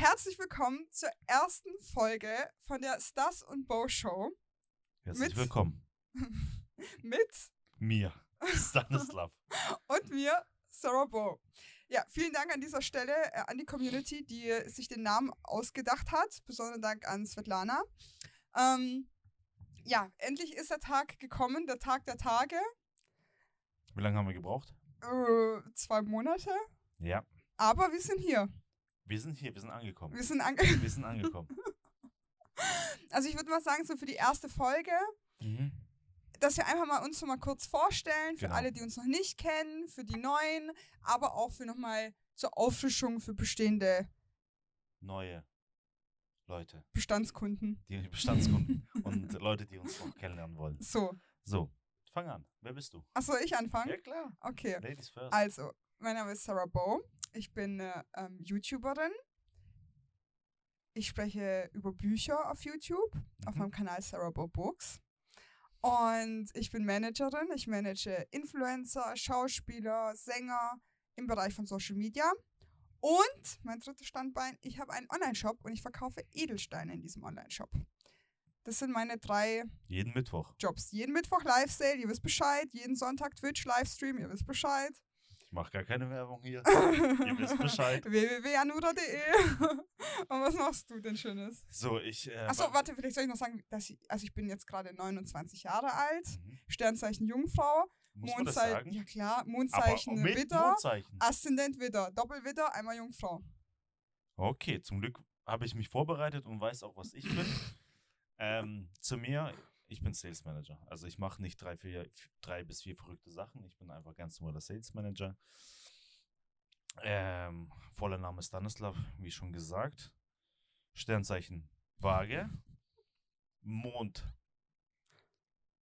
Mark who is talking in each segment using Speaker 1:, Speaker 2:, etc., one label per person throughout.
Speaker 1: Herzlich willkommen zur ersten Folge von der Stars und Bo Show
Speaker 2: Herzlich
Speaker 1: Mit-
Speaker 2: willkommen.
Speaker 1: mit
Speaker 2: Mir, Stanislav.
Speaker 1: und mir, Sarah Bo. Ja, vielen Dank an dieser Stelle äh, an die Community, die äh, sich den Namen ausgedacht hat. Besonderen Dank an Svetlana. Ähm, ja, endlich ist der Tag gekommen, der Tag der Tage.
Speaker 2: Wie lange haben wir gebraucht?
Speaker 1: Äh, zwei Monate.
Speaker 2: Ja.
Speaker 1: Aber wir sind hier.
Speaker 2: Wir sind hier, wir sind angekommen.
Speaker 1: Wir sind an
Speaker 2: Wir sind angekommen.
Speaker 1: Also ich würde mal sagen, so für die erste Folge,
Speaker 2: Mhm.
Speaker 1: dass wir einfach mal uns so mal kurz vorstellen, für
Speaker 2: Genau.
Speaker 1: alle, die uns noch nicht kennen, für die Neuen, aber auch für nochmal zur Auffrischung für bestehende
Speaker 2: Neue Leute,
Speaker 1: Bestandskunden.
Speaker 2: die Bestandskunden und Leute, die uns noch kennenlernen wollen.
Speaker 1: So.
Speaker 2: So, fang an. Wer bist du?
Speaker 1: Achso, ich anfangen?
Speaker 2: klar.
Speaker 1: Okay.
Speaker 2: Ladies first.
Speaker 1: Also, mein Name ist Sarah Bow. Ich bin äh, ähm, YouTuberin. Ich spreche über Bücher auf YouTube, auf
Speaker 2: Mhm.
Speaker 1: meinem Kanal Sarah Bow Books. Und ich bin Managerin. Ich manage Influencer, Schauspieler, Sänger im Bereich von Social Media. Und mein drittes Standbein, ich habe einen Online-Shop und ich verkaufe Edelsteine in diesem Online-Shop. Das sind meine drei
Speaker 2: Jeden Mittwoch.
Speaker 1: Jobs. Jeden Mittwoch Live-Sale, ihr wisst Bescheid. Jeden Sonntag Twitch-Livestream, ihr wisst Bescheid.
Speaker 2: Ich mache gar keine Werbung hier. Ihr wisst Bescheid.
Speaker 1: www.janura.de Und was machst du denn Schönes?
Speaker 2: So, ich. Äh,
Speaker 1: Achso,
Speaker 2: wa-
Speaker 1: warte, vielleicht soll ich noch sagen, dass ich, also ich bin jetzt gerade 29 Jahre alt,
Speaker 2: Mhm.
Speaker 1: Sternzeichen Jungfrau,
Speaker 2: Muss man das sagen?
Speaker 1: ja klar,
Speaker 2: Aber
Speaker 1: Mondzeichen
Speaker 2: mit
Speaker 1: Widder,
Speaker 2: Mondzeichen.
Speaker 1: Aszendent Widder, Doppelwidder, einmal Jungfrau.
Speaker 2: Okay, zum Glück habe ich mich vorbereitet und weiß auch, was ich bin. ähm, zu mir, ich bin Sales Manager. Also ich mache nicht drei, vier, f- drei bis vier verrückte Sachen. Ich bin einfach ganz normaler Sales Manager. Ähm, voller Name ist Stanislav, wie schon gesagt. Sternzeichen Waage. Mond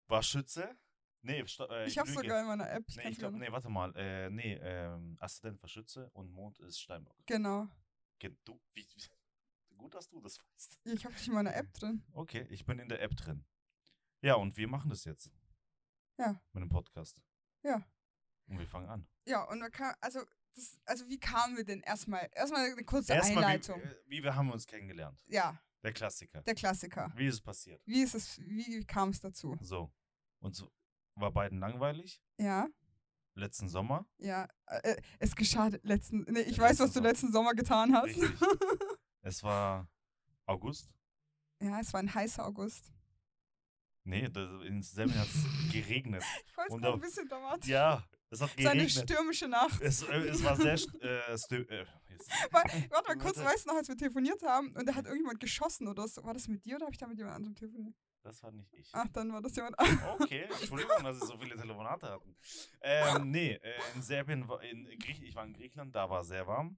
Speaker 2: war Schütze. Nee, Sta- äh,
Speaker 1: ich habe
Speaker 2: lüge.
Speaker 1: sogar in meiner App. Ich
Speaker 2: Nee,
Speaker 1: kann's
Speaker 2: ich glaube,
Speaker 1: sogar-
Speaker 2: nee, warte mal. Äh, nee, ähm, Aszendent war Schütze und Mond ist Steinbock.
Speaker 1: Genau.
Speaker 2: Gen- Du, wie, wie, gut, dass du das weißt.
Speaker 1: Ich habe dich in meiner App drin.
Speaker 2: Okay, ich bin in der App drin. Ja, und wir machen das jetzt.
Speaker 1: Ja.
Speaker 2: Mit dem Podcast.
Speaker 1: Ja.
Speaker 2: Und wir fangen an.
Speaker 1: Ja, und da kam, also, das, also wie kamen wir denn erstmal? Erstmal eine kurze
Speaker 2: Erstmal, wie,
Speaker 1: Einleitung.
Speaker 2: äh, wie wir haben uns kennengelernt.
Speaker 1: ja,
Speaker 2: Der Klassiker.
Speaker 1: der Klassiker.
Speaker 2: wie ist es passiert?
Speaker 1: Wie ist es, wie kam es dazu?
Speaker 2: So. Und so war beiden langweilig.
Speaker 1: Ja.
Speaker 2: Letzten Sommer.
Speaker 1: Ja, äh, es geschah letzten. Nee, ich
Speaker 2: Ja,
Speaker 1: weiß,
Speaker 2: letzten
Speaker 1: was du
Speaker 2: Sommer.
Speaker 1: letzten Sommer getan hast.
Speaker 2: Richtig. es war August.
Speaker 1: Ja, es war ein heißer August.
Speaker 2: Nee, das, in Serbien hat es geregnet.
Speaker 1: Ich weiß
Speaker 2: Und
Speaker 1: gerade
Speaker 2: da-
Speaker 1: ein bisschen dramatisch.
Speaker 2: Ja, es hat
Speaker 1: Es war eine
Speaker 2: geregnet.
Speaker 1: stürmische Nacht.
Speaker 2: Es, äh, es war sehr. st- Äh, stö- äh, jetzt-
Speaker 1: Warte warte mal kurz,
Speaker 2: Oh, Warte.
Speaker 1: weißt du noch, als wir telefoniert haben und da hat irgendjemand geschossen oder so. War das mit dir oder habe ich da mit jemand anderem telefoniert?
Speaker 2: das war nicht ich.
Speaker 1: Ach, dann war das jemand anderem.
Speaker 2: Okay, Entschuldigung, dass ich so viele Telefonate hatten. Ähm, nee, äh, in Serbien, war- in Griech ich war in Griechenland, da war sehr warm.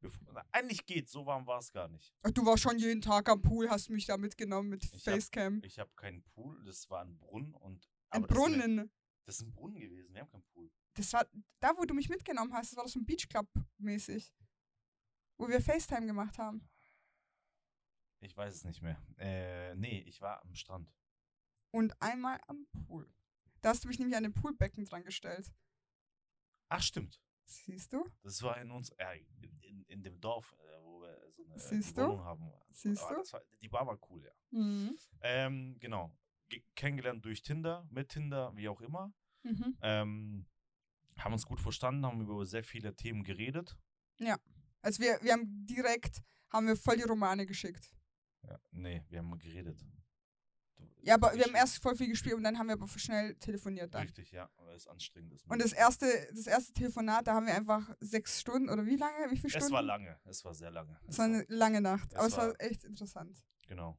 Speaker 2: Bevor, na, eigentlich geht, so warm war es gar nicht.
Speaker 1: Ach, Du warst schon jeden Tag am Pool, hast mich da mitgenommen mit
Speaker 2: hab-
Speaker 1: Facecam.
Speaker 2: Ich habe keinen Pool, das war ein Brunnen und.
Speaker 1: Ein
Speaker 2: aber das ist mir-
Speaker 1: Brunnen.
Speaker 2: Das ist ein Brunnen gewesen, wir haben keinen Pool.
Speaker 1: Das war da, wo du mich mitgenommen hast. Das war das so ein Beach Club mäßig. Wo wir FaceTime gemacht haben.
Speaker 2: Ich weiß es nicht mehr. Äh, nee, ich war am Strand.
Speaker 1: Und einmal am Pool. Da hast du mich nämlich an den Poolbecken dran gestellt.
Speaker 2: Ach, stimmt.
Speaker 1: Siehst du?
Speaker 2: Das war in uns, äh, in, in, in dem Dorf, äh, wo wir so eine
Speaker 1: Siehst du?
Speaker 2: Wohnung haben.
Speaker 1: Siehst
Speaker 2: Aber
Speaker 1: du?
Speaker 2: Das war, die Bar war cool, ja. Ähm, genau. Ge- Kennengelernt durch Tinder, mit Tinder, wie auch immer.
Speaker 1: Mhm.
Speaker 2: ähm, haben uns gut verstanden, haben über sehr viele Themen geredet.
Speaker 1: Also wir, wir haben direkt, haben wir voll die Romane geschickt.
Speaker 2: Ja, nee, wir haben geredet. Du-
Speaker 1: Ja, aber wir
Speaker 2: ich-
Speaker 1: haben erst voll viel gespielt und dann haben wir aber schnell telefoniert dann.
Speaker 2: Richtig, ja, weil es anstrengend ist.
Speaker 1: Und das erste, das erste Telefonat, da haben wir einfach sechs Stunden oder wie lange? Wie viele Stunden?
Speaker 2: Es war lange, es war sehr lange.
Speaker 1: Es
Speaker 2: Es
Speaker 1: war
Speaker 2: war-
Speaker 1: eine lange Nacht,
Speaker 2: Es
Speaker 1: aber es war
Speaker 2: war-
Speaker 1: echt interessant.
Speaker 2: Genau.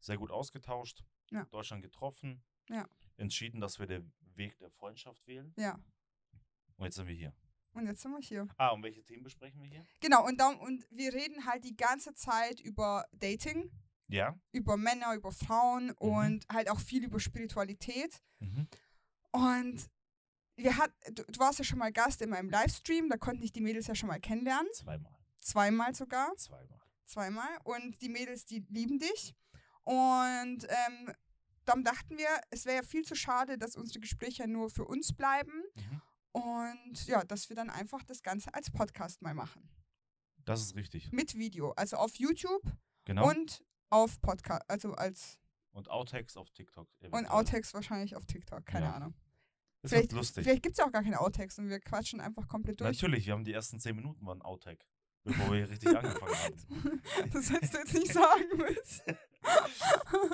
Speaker 2: Sehr gut ausgetauscht.
Speaker 1: Ja.
Speaker 2: Deutschland getroffen.
Speaker 1: Ja.
Speaker 2: Entschieden, dass wir den Weg der Freundschaft wählen.
Speaker 1: Ja.
Speaker 2: Und jetzt sind wir hier.
Speaker 1: Und jetzt sind wir hier.
Speaker 2: Ah, und welche Themen besprechen wir hier?
Speaker 1: Genau, und, darum, und wir reden halt die ganze Zeit über Dating,
Speaker 2: Ja.
Speaker 1: über Männer, über Frauen und halt auch viel über Spiritualität.
Speaker 2: Mhm.
Speaker 1: Und wir hat, du, du warst ja schon mal Gast in meinem Livestream, da konnten ich die Mädels ja schon mal kennenlernen.
Speaker 2: Zweimal.
Speaker 1: Zweimal sogar.
Speaker 2: Zweimal.
Speaker 1: Zweimal. Und die Mädels, die lieben dich. Und ähm, dann dachten wir, es wäre ja viel zu schade, dass unsere Gespräche nur für uns bleiben.
Speaker 2: Mhm.
Speaker 1: Und ja, dass wir dann einfach das Ganze als Podcast mal machen.
Speaker 2: Das ist richtig.
Speaker 1: Mit Video. Also auf YouTube
Speaker 2: Genau. Und,
Speaker 1: und auf Podcast. Also als.
Speaker 2: Outtakes auf TikTok.
Speaker 1: Und
Speaker 2: eventuell.
Speaker 1: Outtakes wahrscheinlich auf TikTok. Keine
Speaker 2: Ja.
Speaker 1: Ahnung.
Speaker 2: Das
Speaker 1: vielleicht-
Speaker 2: wird lustig.
Speaker 1: Vielleicht gibt es ja auch gar keine Outtakes und wir quatschen einfach komplett durch.
Speaker 2: Natürlich, wir haben die ersten 10 Minuten waren Outtake, bevor wir hier richtig angefangen haben.
Speaker 1: das hättest du jetzt nicht sagen müssen.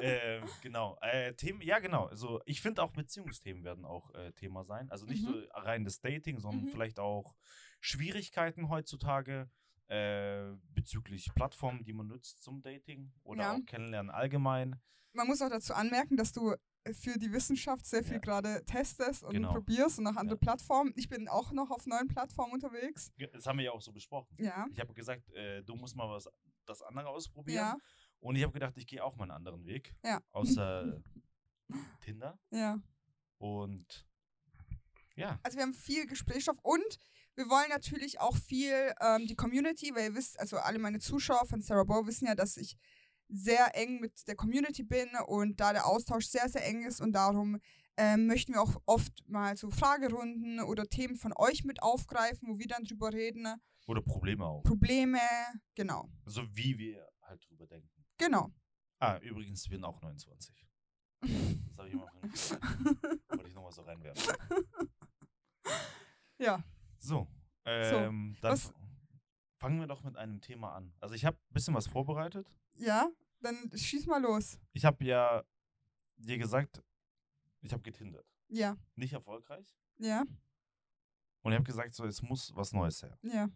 Speaker 2: äh, genau. Äh, Themen, ja, genau. Also ich finde auch Beziehungsthemen werden auch äh, Thema sein. Also nicht
Speaker 1: Mhm.
Speaker 2: nur rein das Dating, sondern
Speaker 1: Mhm.
Speaker 2: vielleicht auch Schwierigkeiten heutzutage äh, bezüglich Plattformen, die man nutzt zum Dating oder
Speaker 1: Ja.
Speaker 2: auch Kennenlernen allgemein.
Speaker 1: Man muss auch dazu anmerken, dass du für die Wissenschaft sehr viel
Speaker 2: Ja.
Speaker 1: gerade testest und
Speaker 2: Genau.
Speaker 1: probierst und noch andere
Speaker 2: Ja.
Speaker 1: Plattformen. Ich bin auch noch auf neuen Plattformen unterwegs.
Speaker 2: Ja, Das haben wir ja auch so besprochen.
Speaker 1: Ja.
Speaker 2: Ich habe gesagt, äh, du musst mal was das andere ausprobieren.
Speaker 1: Ja.
Speaker 2: Und ich habe gedacht, ich gehe auch mal einen anderen Weg.
Speaker 1: Ja.
Speaker 2: Außer Tinder.
Speaker 1: Ja.
Speaker 2: Und ja,
Speaker 1: Also wir haben viel Gesprächsstoff und wir wollen natürlich auch viel ähm, die Community, weil ihr wisst, also alle meine Zuschauer von Sarah Bow wissen ja, dass ich sehr eng mit der Community bin und da der Austausch sehr, sehr eng ist und darum ähm, möchten wir auch oft mal so Fragerunden oder Themen von euch mit aufgreifen, wo wir dann drüber reden.
Speaker 2: oder Probleme auch.
Speaker 1: Probleme, genau.
Speaker 2: So wie wir halt drüber denken.
Speaker 1: Genau.
Speaker 2: Ah, übrigens, ich bin auch 29. Das habe ich immer von Wollte ich nochmal so reinwerfen.
Speaker 1: Ja.
Speaker 2: So, ähm, dann
Speaker 1: was-
Speaker 2: f- fangen wir doch mit einem Thema an. Also ich habe ein bisschen was vorbereitet.
Speaker 1: Ja, dann schieß mal los.
Speaker 2: Ich habe ja dir gesagt, ich habe getindert.
Speaker 1: Ja,
Speaker 2: Nicht erfolgreich.
Speaker 1: ja,
Speaker 2: Und ich habe gesagt, so, es muss was Neues her.
Speaker 1: ja.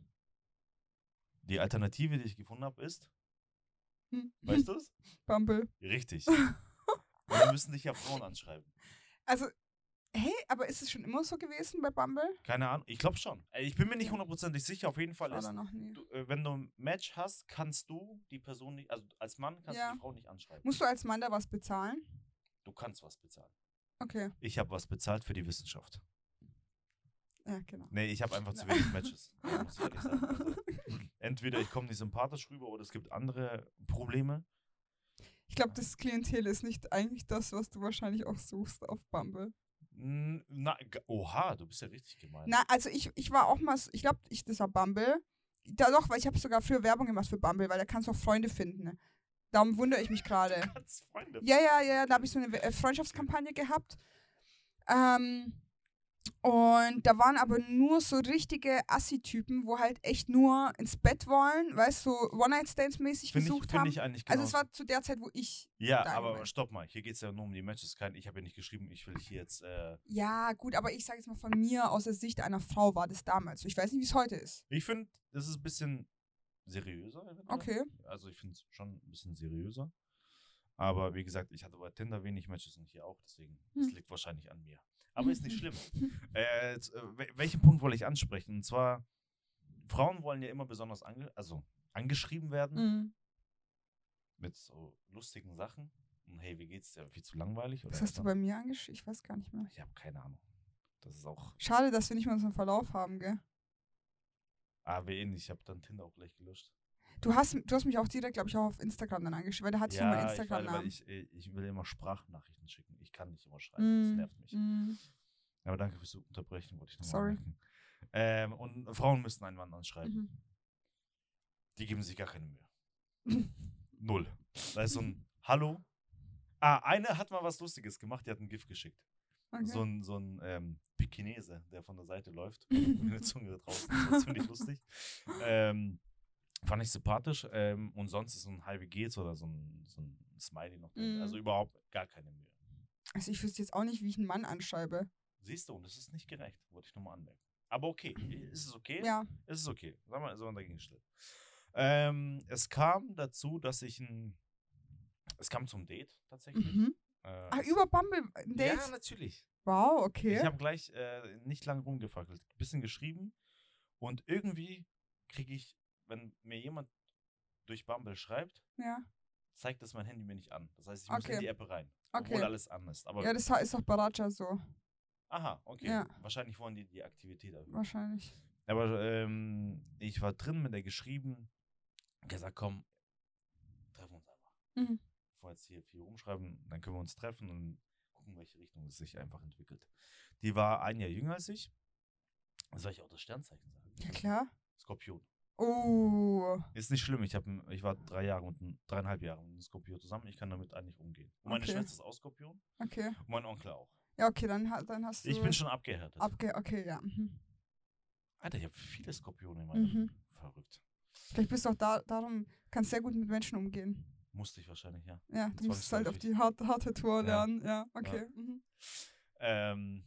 Speaker 2: Die Alternative, die ich gefunden habe, ist,
Speaker 1: Hm.
Speaker 2: weißt du es?
Speaker 1: Bumble.
Speaker 2: Richtig. Und wir müssen dich ja Frauen anschreiben.
Speaker 1: Also, hey, aber ist es schon immer so gewesen bei Bumble?
Speaker 2: Keine Ahnung, ich glaube schon. Äh, Ich bin mir nicht
Speaker 1: Ja.
Speaker 2: hundertprozentig sicher. Auf jeden Fall ist,
Speaker 1: Oder noch nie.
Speaker 2: du, äh, wenn du ein Match hast, kannst du die Person nicht, also als Mann kannst
Speaker 1: Ja.
Speaker 2: du die Frau nicht anschreiben.
Speaker 1: Musst du als Mann da was bezahlen?
Speaker 2: Du kannst was bezahlen.
Speaker 1: Okay,
Speaker 2: Ich habe was bezahlt für die Wissenschaft.
Speaker 1: ja, genau.
Speaker 2: Nee, ich habe einfach zu wenig Matches. Ja, muss ich ehrlich sagen. Also, entweder ich komme nicht sympathisch rüber oder es gibt andere Probleme.
Speaker 1: Ich glaube, das Klientel ist nicht eigentlich das, was du wahrscheinlich auch suchst auf Bumble.
Speaker 2: N- Na, g- oha, du bist ja richtig gemein.
Speaker 1: Na, also ich, ich war auch mal, s- ich glaube, ich, das war Bumble. Da doch, weil ich habe sogar früher Werbung gemacht für Bumble, weil da kannst du auch Freunde finden. ne? Darum wundere ich mich gerade.
Speaker 2: Ganz Freunde.
Speaker 1: Ja, ja, ja, da habe ich so eine We- äh, Freundschaftskampagne gehabt. Ähm, und da waren aber nur so richtige Assi-Typen, wo halt echt nur ins Bett wollen, weißt du, so One-Night-Stands-mäßig
Speaker 2: Finde
Speaker 1: gesucht
Speaker 2: ich,
Speaker 1: haben.
Speaker 2: find ich eigentlich genau.
Speaker 1: also es war zu der Zeit, wo ich.
Speaker 2: ja,
Speaker 1: dein
Speaker 2: aber
Speaker 1: Moment.
Speaker 2: stopp mal. Hier geht es ja nur um die Matches. Kein, ich habe ja nicht geschrieben, ich will hier jetzt. Äh,
Speaker 1: Ja, gut, aber ich sage jetzt mal von mir aus der Sicht einer Frau war das damals. so. Ich weiß nicht, wie es heute ist.
Speaker 2: Ich finde, das ist ein bisschen seriöser. eventuell.
Speaker 1: Okay.
Speaker 2: Also ich finde es schon ein bisschen seriöser. Aber wie gesagt, ich hatte bei Tinder wenig Matches und hier auch, deswegen, das
Speaker 1: Hm.
Speaker 2: liegt wahrscheinlich an mir. Aber ist nicht schlimm. äh, jetzt, äh, wel- welchen Punkt wollte ich ansprechen? Und zwar, Frauen wollen ja immer besonders ange also angeschrieben werden
Speaker 1: Mhm.
Speaker 2: mit so lustigen Sachen. Und hey, wie geht's dir? Viel zu langweilig? Oder
Speaker 1: Was hast du bei mir angeschrieben? Ich weiß gar nicht mehr.
Speaker 2: ich habe keine Ahnung. Das ist auch
Speaker 1: Schade, dass wir nicht mal so einen Verlauf haben, gell?
Speaker 2: AWN. Ich habe dann Tinder auch gleich gelöscht.
Speaker 1: Du hast, du hast mich auch direkt, glaube ich, auch auf Instagram dann angeschrieben, weil da hatte ich nur meinen
Speaker 2: ich, weiß, aber
Speaker 1: Instagram-Namen.
Speaker 2: ich, äh, ich will immer Sprachnachrichten schicken. Ich kann nicht immer schreiben. Das
Speaker 1: Mm,
Speaker 2: nervt mich.
Speaker 1: mm.
Speaker 2: Aber danke fürs Unterbrechen, wollte ich nochmal
Speaker 1: Sorry.
Speaker 2: anmerken. Ähm, und Frauen müssen einen Mann anschreiben.
Speaker 1: Mhm.
Speaker 2: Die geben sich gar keine Mühe. Null. Da ist so ein Hallo. Ah, eine hat mal was Lustiges gemacht. Die hat ein GIF geschickt.
Speaker 1: Okay.
Speaker 2: So ein, so ein ähm, Pekinese, der von der Seite läuft. Und eine Zunge draußen. Das war ziemlich lustig. Ähm, fand ich sympathisch. Ähm, und sonst ist so ein Hi, wie geht's? Oder so ein, so ein Smiley noch. drin.
Speaker 1: Mhm.
Speaker 2: Also überhaupt gar keine Mühe.
Speaker 1: Also ich wüsste jetzt auch nicht, wie ich einen Mann anschreibe.
Speaker 2: Siehst du, und das ist nicht gerecht, wollte ich nochmal anmerken. Aber okay, ist es okay?
Speaker 1: Ja.
Speaker 2: Ist es okay. Sagen wir, sind wir dagegen still. Ähm, es kam dazu, dass ich ein. Es kam zum Date tatsächlich.
Speaker 1: Mhm.
Speaker 2: Äh,
Speaker 1: Ah,
Speaker 2: es-
Speaker 1: über Bumble ein Date?
Speaker 2: Ja, natürlich.
Speaker 1: wow,
Speaker 2: Ich
Speaker 1: okay.
Speaker 2: habe gleich äh, nicht lange rumgefackelt. Ein bisschen geschrieben. Und irgendwie kriege ich, wenn mir jemand durch Bumble schreibt,
Speaker 1: Ja.
Speaker 2: zeigt das mein Handy mir nicht an. Das heißt, ich muss
Speaker 1: Okay.
Speaker 2: in die App rein. Obwohl
Speaker 1: Okay.
Speaker 2: alles an ist. Aber
Speaker 1: ja, das ha- ist doch Baraja so,
Speaker 2: aha, okay.
Speaker 1: Ja.
Speaker 2: Wahrscheinlich wollen die die Aktivität erhöhen.
Speaker 1: wahrscheinlich.
Speaker 2: Aber ähm, ich war drin mit der geschrieben, gesagt, komm, treffen uns einfach.
Speaker 1: Mhm.
Speaker 2: Bevor jetzt hier viel rumschreiben, dann können wir uns treffen und gucken, welche Richtung es sich einfach entwickelt. Die war ein Jahr jünger als ich. Soll ich auch das Sternzeichen sagen?
Speaker 1: Ja, klar.
Speaker 2: Skorpion.
Speaker 1: Oh.
Speaker 2: Ist nicht schlimm. Ich, hab, ein- ich war drei Jahre und ein- dreieinhalb Jahre mit einem Skorpion zusammen. Ich kann damit eigentlich umgehen. Und meine
Speaker 1: Okay.
Speaker 2: Schwester ist auch Skorpion.
Speaker 1: Okay.
Speaker 2: Und mein Onkel auch.
Speaker 1: Ja, okay, dann, ha- dann hast du.
Speaker 2: Ich bin schon abgehärtet.
Speaker 1: Abge okay, ja. Mhm.
Speaker 2: Alter, ich habe viele Skorpione in meinem
Speaker 1: Mhm.
Speaker 2: Verrückt.
Speaker 1: Vielleicht bist du auch da, darum, kannst sehr gut mit Menschen umgehen.
Speaker 2: Musste ich wahrscheinlich, ja.
Speaker 1: Ja, du musst es halt auf
Speaker 2: Zwangsläufig.
Speaker 1: die harte, harte Tour
Speaker 2: Ja. Also
Speaker 1: lernen. Ja, okay. Mhm.
Speaker 2: Ähm,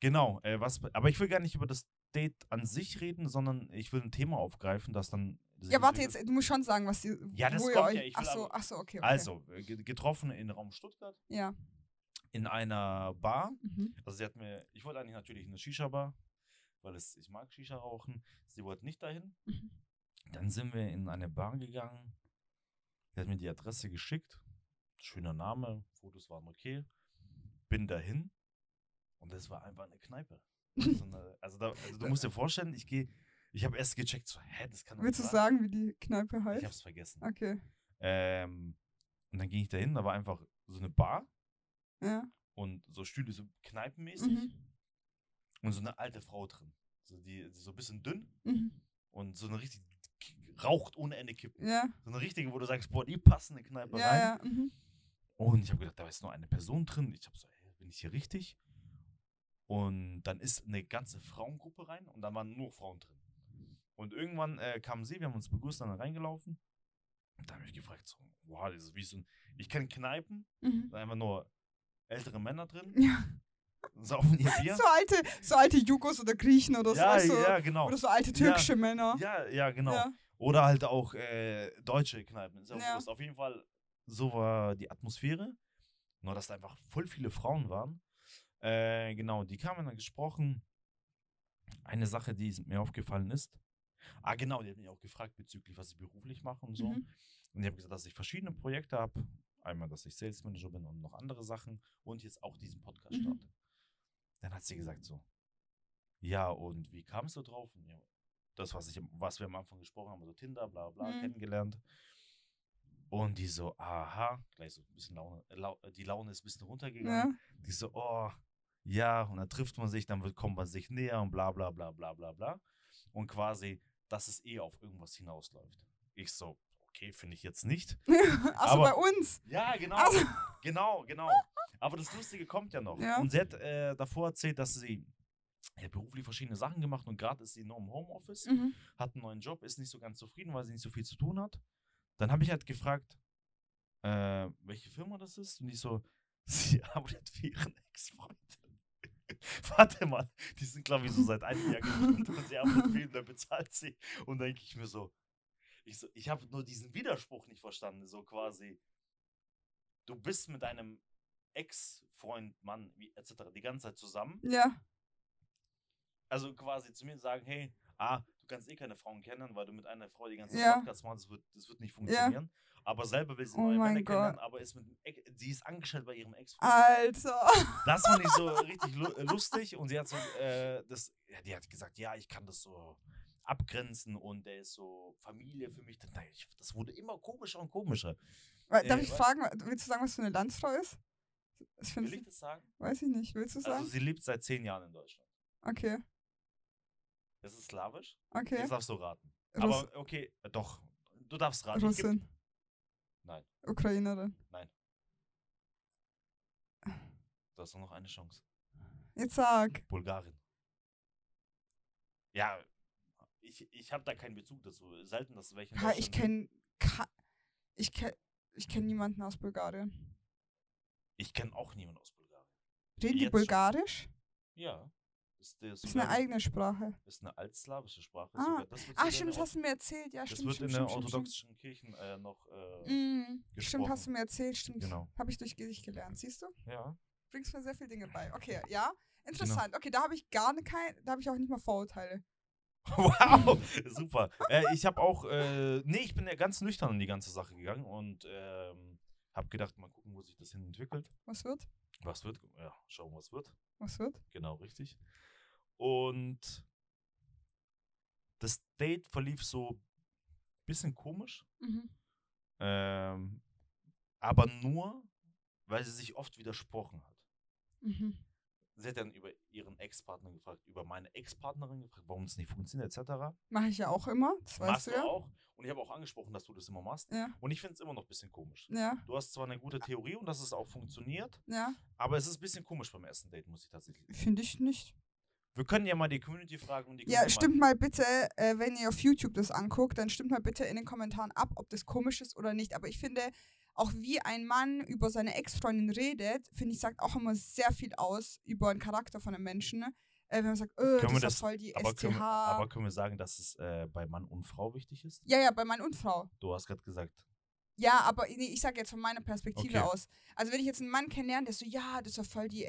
Speaker 2: genau, äh, was, aber ich will gar nicht über das Date an sich reden, sondern ich will ein Thema aufgreifen, das dann. sich
Speaker 1: Ja, warte
Speaker 2: entwickelt.
Speaker 1: jetzt, du musst schon sagen, was die.
Speaker 2: Ja, das
Speaker 1: wo ihr
Speaker 2: kommt
Speaker 1: euch-
Speaker 2: ja, ich will
Speaker 1: ach so,
Speaker 2: aber-
Speaker 1: ach so, okay, okay.
Speaker 2: Also, äh, ge- getroffen in Raum Stuttgart
Speaker 1: Ja.
Speaker 2: in einer Bar.
Speaker 1: Mhm.
Speaker 2: Also, sie hat mir, ich wollte eigentlich natürlich in eine Shisha-Bar, weil es, ich mag Shisha rauchen. Sie wollte nicht dahin.
Speaker 1: Mhm.
Speaker 2: Dann sind wir in eine Bar gegangen. Sie hat mir die Adresse geschickt. Schöner Name, Fotos waren okay. Bin dahin und das war einfach eine Kneipe. So eine, also, da, also du musst dir vorstellen, ich gehe, ich habe erst gecheckt, so, hä, das kann doch
Speaker 1: Willst du
Speaker 2: nicht
Speaker 1: sagen, wie die Kneipe
Speaker 2: Ich
Speaker 1: heißt?
Speaker 2: habe es vergessen.
Speaker 1: Okay.
Speaker 2: Ähm, und dann ging ich dahin, da war einfach so eine Bar
Speaker 1: Ja. mhm,
Speaker 2: und so Stühle so kneipenmäßig und so eine alte Frau drin. So, die, so ein bisschen dünn
Speaker 1: Mhm.
Speaker 2: und so eine richtig raucht ohne Ende kippen.
Speaker 1: Ja.
Speaker 2: So eine richtige, wo du sagst, boah, die passen in Kneipe rein.
Speaker 1: Ja, ja. Mhm.
Speaker 2: Und ich habe gedacht, da ist nur eine Person drin. Ich habe so, hä, bin ich hier richtig? Und dann ist eine ganze Frauengruppe rein und dann waren nur Frauen drin. Und irgendwann äh, kamen sie, wir haben uns begrüßt, dann reingelaufen. Da habe ich gefragt, so, wow, das ist wie so ein, ich kenne Kneipen,
Speaker 1: Mhm.
Speaker 2: da sind einfach nur ältere Männer drin,
Speaker 1: Ja.
Speaker 2: saufen ihr Bier.
Speaker 1: So alte, so alte Jugos oder Griechen oder so.
Speaker 2: ja,
Speaker 1: weißt du?
Speaker 2: ja, genau.
Speaker 1: Oder so alte türkische Männer.
Speaker 2: Ja, ja, genau.
Speaker 1: Ja.
Speaker 2: Oder halt auch äh, deutsche Kneipen. Ist ja.
Speaker 1: Ja.
Speaker 2: Bewusst. Auf jeden Fall, so war die Atmosphäre. Nur, dass da einfach voll viele Frauen waren. Äh, genau, die kamen dann gesprochen. Eine Sache, die es mir aufgefallen ist. Ah, genau, die hat mich auch gefragt bezüglich, was ich beruflich mache und so.
Speaker 1: Mhm.
Speaker 2: Und ich habe gesagt, dass ich verschiedene Projekte habe. Einmal, dass ich Sales Manager bin und noch andere Sachen. Und jetzt auch diesen Podcast
Speaker 1: Mhm.
Speaker 2: starte. Dann hat sie gesagt so, ja, und wie kamst du drauf? Und ja, das, was, ich, am- was wir am Anfang gesprochen haben, so Tinder, bla bla,
Speaker 1: Mhm.
Speaker 2: kennengelernt. Und die so, aha, gleich so ein bisschen Laune, äh, Lau äh, die Laune ist ein bisschen runtergegangen.
Speaker 1: Ja.
Speaker 2: Die so, oh, ja, und dann trifft man sich, dann wird, kommt man sich näher und bla bla bla bla bla bla. Und quasi, dass es eh auf irgendwas hinausläuft. Ich so, okay, finde ich jetzt nicht.
Speaker 1: Achso,
Speaker 2: Aber-
Speaker 1: Also bei uns.
Speaker 2: Ja, genau.
Speaker 1: Also-
Speaker 2: Genau, genau. Aber das Lustige kommt ja noch.
Speaker 1: Ja.
Speaker 2: Und sie hat äh, davor erzählt, dass sie ja, beruflich verschiedene Sachen gemacht und gerade ist sie nur im Homeoffice,
Speaker 1: Mhm.
Speaker 2: hat einen neuen Job, ist nicht so ganz zufrieden, weil sie nicht so viel zu tun hat. Dann habe ich halt gefragt, äh, welche Firma das ist. Und ich so, sie arbeitet für ihren Ex-Freund. Warte mal, die sind, glaube ich, so seit einem Jahr getrennt und sie arbeitet für ihn, dann bezahlt sie. Und dann denke ich mir so, ich, so, ich habe nur diesen Widerspruch nicht verstanden. So quasi, du bist mit einem Ex-Freund, Mann, wie, etc. die ganze Zeit zusammen.
Speaker 1: Ja.
Speaker 2: Also quasi zu mir sagen, hey, ah, du kannst eh keine Frauen kennenlernen, weil du mit einer Frau die ganze Zeit
Speaker 1: Ja.
Speaker 2: Podcast machst, das wird, das wird nicht funktionieren. Aber selber will sie
Speaker 1: Oh
Speaker 2: neue
Speaker 1: mein
Speaker 2: Männer
Speaker 1: Gott.
Speaker 2: kennenlernen, aber ist mit, dem Ex- sie ist angestellt bei ihrem Ex-Freund.
Speaker 1: Alter.
Speaker 2: Das fand ich so richtig lu äh, lustig und sie hat so, äh, das, ja, die hat gesagt, ja, ich kann das so abgrenzen und der ist so Familie für mich. Dann dachte ich, Das wurde immer komischer und komischer.
Speaker 1: Wa- Darf
Speaker 2: Äh,
Speaker 1: ich
Speaker 2: was?
Speaker 1: fragen, wa- willst du sagen, was für eine Landsfrau ist? Das
Speaker 2: Will
Speaker 1: findest
Speaker 2: ich
Speaker 1: du,
Speaker 2: das sagen?
Speaker 1: weiß ich nicht. Willst du
Speaker 2: Also
Speaker 1: sagen?
Speaker 2: sie lebt seit zehn Jahren in Deutschland.
Speaker 1: Okay.
Speaker 2: Das ist slawisch?
Speaker 1: Okay.
Speaker 2: Jetzt darfst du raten.
Speaker 1: Russ
Speaker 2: Aber okay, äh, doch. Du darfst raten. Ich geb-
Speaker 1: Russin.
Speaker 2: Nein.
Speaker 1: Ukrainerin.
Speaker 2: Du hast nur noch eine Chance.
Speaker 1: Jetzt sag.
Speaker 2: Bulgarin. Ja, ich, ich habe da keinen Bezug dazu. Selten, dass welche. in
Speaker 1: Ha, ich
Speaker 2: Deutschland-
Speaker 1: kenne ich kenn, ich kenn niemanden aus Bulgarien.
Speaker 2: Ich kenne auch niemanden aus Bulgarien.
Speaker 1: Reden die
Speaker 2: Jetzt schon.
Speaker 1: Bulgarisch?
Speaker 2: Ja. Ist, der
Speaker 1: Das ist
Speaker 2: sogar
Speaker 1: eine eigene Sprache.
Speaker 2: ist eine altslawische Sprache.
Speaker 1: Ah.
Speaker 2: Sogar, das wird sogar
Speaker 1: Ah,
Speaker 2: in
Speaker 1: stimmt, das
Speaker 2: der Or-
Speaker 1: hast du mir erzählt. Ja,
Speaker 2: das
Speaker 1: stimmt.
Speaker 2: wird
Speaker 1: stimmt,
Speaker 2: in der
Speaker 1: stimmt, stimmt,
Speaker 2: orthodoxischen Kirchen äh, noch. Äh,
Speaker 1: stimmt. Mm, stimmt, hast du
Speaker 2: gesprochen.
Speaker 1: mir erzählt, stimmt.
Speaker 2: Genau.
Speaker 1: Habe ich durch dich gelernt, siehst du?
Speaker 2: Ja.
Speaker 1: Bringst mir sehr viele Dinge bei. Okay, ja.
Speaker 2: Genau.
Speaker 1: Interessant. Okay, da habe ich gar ne- kein, da habe ich auch nicht mal Vorurteile.
Speaker 2: Wow, super. Äh, ich habe auch, äh, nee, ich bin ja ganz nüchtern an die ganze Sache gegangen und ähm, habe gedacht, mal gucken, wo sich das hin entwickelt.
Speaker 1: Was wird?
Speaker 2: Was wird? Ja, schauen, was wird.
Speaker 1: Was wird?
Speaker 2: Genau, richtig. Und das Date verlief so ein bisschen komisch,
Speaker 1: Mhm.
Speaker 2: ähm, aber nur, weil sie sich oft widersprochen hat.
Speaker 1: Mhm.
Speaker 2: sie hat dann über ihren Ex-Partner gefragt, über meine Ex-Partnerin gefragt, warum es nicht funktioniert, etc.
Speaker 1: Mache ich ja auch immer, das
Speaker 2: Machst
Speaker 1: weißt
Speaker 2: du
Speaker 1: du ja.
Speaker 2: auch. Und ich habe auch angesprochen, dass du das immer machst.
Speaker 1: Ja.
Speaker 2: Und ich finde es immer noch ein bisschen komisch.
Speaker 1: Ja,
Speaker 2: Du hast zwar eine gute Theorie und dass es auch funktioniert,
Speaker 1: ja,
Speaker 2: aber es ist ein bisschen komisch beim ersten Date, muss ich tatsächlich sagen.
Speaker 1: finde ich nicht.
Speaker 2: Wir können ja mal die Community fragen und die
Speaker 1: Ja,
Speaker 2: Community
Speaker 1: stimmt mal bitte, äh, wenn ihr auf YouTube das anguckt, dann stimmt mal bitte in den Kommentaren ab, ob das komisch ist oder nicht. Aber ich finde, auch wie ein Mann über seine Ex-Freundin redet, finde ich, sagt auch immer sehr viel aus über den Charakter von einem Menschen. Äh, wenn man sagt, äh,
Speaker 2: Können
Speaker 1: das
Speaker 2: wir
Speaker 1: ist ja
Speaker 2: das-
Speaker 1: voll die
Speaker 2: Aber
Speaker 1: STH.
Speaker 2: können, wir, aber können wir sagen, dass es äh, bei Mann und Frau wichtig ist?
Speaker 1: ja, ja, bei Mann und Frau.
Speaker 2: Du hast gerade gesagt,
Speaker 1: Ja, aber nee, ich sage jetzt von meiner Perspektive
Speaker 2: Okay.
Speaker 1: aus. Also wenn ich jetzt einen Mann kennenlerne, der so, ja, das ist doch voll die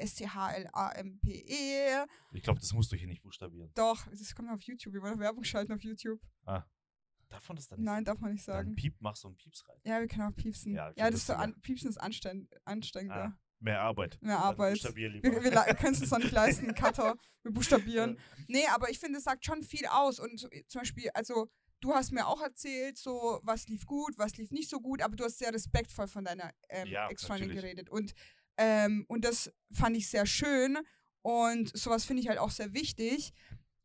Speaker 1: S-C-H-L-A-M-P-E.
Speaker 2: ich glaube, das musst du hier nicht buchstabieren.
Speaker 1: E. Doch, das kommt auf YouTube. Wir wollen Werbung schalten auf YouTube.
Speaker 2: Darf man das dann nicht
Speaker 1: Nein,
Speaker 2: sagen?
Speaker 1: darf man nicht
Speaker 2: Dann
Speaker 1: sagen.
Speaker 2: piep, machst du einen Pieps rein.
Speaker 1: Ja, wir können auch piepsen. Ja,
Speaker 2: Ja,
Speaker 1: Ah.
Speaker 2: ich
Speaker 1: das
Speaker 2: find
Speaker 1: ist so
Speaker 2: lustiger.
Speaker 1: an, Piepsen ist anstrengend, anstrengender.
Speaker 2: Mehr Arbeit.
Speaker 1: Mehr Arbeit.
Speaker 2: Dann buchstabier lieber.
Speaker 1: Wir, wir, le- wir können es uns doch nicht leisten, einen Cutter, wir buchstabieren. Nee, aber ich finde, es sagt schon viel aus. Und so, zum Beispiel, also du hast mir auch erzählt, so was lief gut, was lief nicht so gut, aber du hast sehr respektvoll von deiner ähm,
Speaker 2: Ja,
Speaker 1: Ex-Freundin
Speaker 2: natürlich.
Speaker 1: geredet. Und, ähm, und das fand ich sehr schön. Und sowas finde ich halt auch sehr wichtig.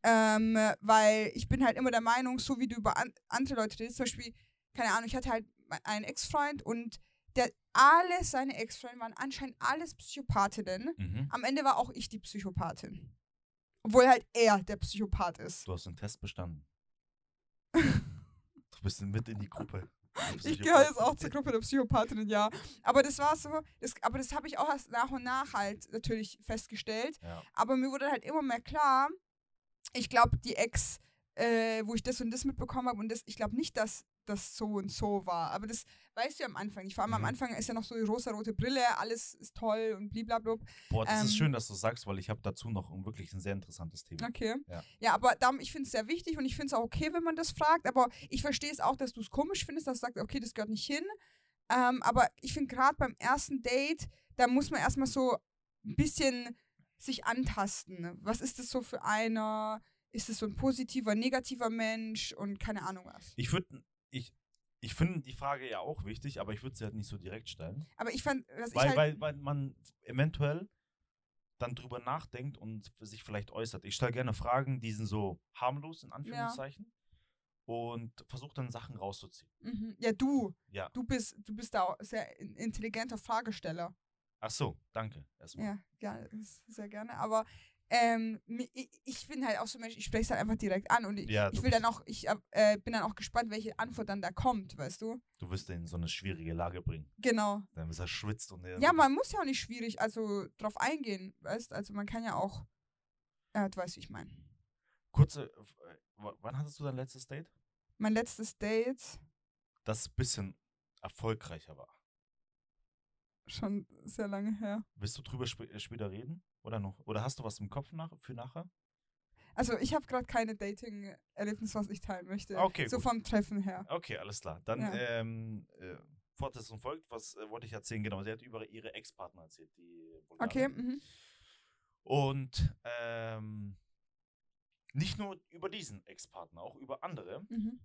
Speaker 1: Ähm, weil ich bin halt immer der Meinung, so wie du über an andere Leute redest, zum Beispiel, keine Ahnung, ich hatte halt me- einen Ex-Freund und der alle seine Ex-Freunde waren anscheinend alles Psychopathinnen.
Speaker 2: Mhm.
Speaker 1: Am Ende war auch ich die Psychopathin. Obwohl halt er der Psychopath ist.
Speaker 2: Du hast den Test bestanden. du bist mit in die Gruppe.
Speaker 1: Ich gehöre jetzt auch zur Gruppe der Psychopathinnen, ja. Aber das war so, das, aber das habe ich auch erst nach und nach halt natürlich festgestellt.
Speaker 2: Ja.
Speaker 1: Aber mir wurde halt immer mehr klar, ich glaube, die Ex, äh, wo ich das und das mitbekommen habe und das, ich glaube nicht, dass das so und so war. Aber das weißt du ja am Anfang. nicht. vor allem am
Speaker 2: Mhm.
Speaker 1: Anfang ist ja noch so die rosa-rote Brille, alles ist toll und blablabla.
Speaker 2: Boah, das ist
Speaker 1: Ähm,
Speaker 2: schön, dass du sagst, weil ich habe dazu noch ein- wirklich ein sehr interessantes Thema.
Speaker 1: Okay.
Speaker 2: Ja.
Speaker 1: Ja, aber darum, ich finde es sehr wichtig und ich finde es auch okay, wenn man das fragt. Aber ich verstehe es auch, dass du es komisch findest, dass du sagst, okay, das gehört nicht hin. Ähm, aber ich finde gerade beim ersten Date, da muss man erstmal so ein bisschen sich antasten. Was ist das so für einer? Ist es so ein positiver, negativer Mensch und keine Ahnung was.
Speaker 2: Ich würde, ich, ich finde die Frage ja auch wichtig, aber ich würde sie halt nicht so direkt stellen.
Speaker 1: Aber ich fand, was
Speaker 2: weil,
Speaker 1: ich halt,
Speaker 2: weil, weil man eventuell dann drüber nachdenkt und sich vielleicht äußert. Ich stelle gerne Fragen, die sind so harmlos, in Anführungszeichen, und versuche dann Sachen rauszuziehen.
Speaker 1: mhm, ja du,
Speaker 2: Ja.
Speaker 1: du bist, du bist da auch sehr in- intelligenter Fragesteller.
Speaker 2: Ach so, danke. Erstmal.
Speaker 1: Ja, gerne, s- sehr gerne. Aber ähm, mi- i- ich bin halt auch so ein Mensch, ich spreche es halt einfach direkt an und ich,
Speaker 2: Ja,
Speaker 1: ich
Speaker 2: du
Speaker 1: will
Speaker 2: bist-
Speaker 1: dann auch, ich ab- äh, bin dann auch gespannt, welche Antwort dann da kommt, weißt du?
Speaker 2: Du wirst ihn in so eine schwierige Lage bringen.
Speaker 1: Genau.
Speaker 2: Dann ist er schwitzt und er
Speaker 1: Ja, man muss ja auch nicht schwierig, also drauf eingehen, weißt Also man kann ja auch, äh, du weißt, wie ich meine.
Speaker 2: Kurze, äh, w- wann hattest du dein letztes Date?
Speaker 1: Mein letztes Date,
Speaker 2: Das ein bisschen erfolgreicher war.
Speaker 1: schon sehr lange her.
Speaker 2: Willst du drüber spä- äh, später reden? Oder noch? Oder hast du was im Kopf nach für nachher?
Speaker 1: Also ich habe gerade keine Dating-Erlebnis, was ich teilen möchte.
Speaker 2: Okay,
Speaker 1: So
Speaker 2: gut.
Speaker 1: vom Treffen her.
Speaker 2: Okay, alles klar. Dann
Speaker 1: Ja.
Speaker 2: ähm, äh, Fortsetzung folgt. Was äh, wollte ich erzählen? Genau, sie hat über ihre Ex-Partner erzählt, die
Speaker 1: Okay,
Speaker 2: Bulgarin.
Speaker 1: mhm.
Speaker 2: Und ähm, nicht nur über diesen Ex-Partner, auch über andere.
Speaker 1: Mhm.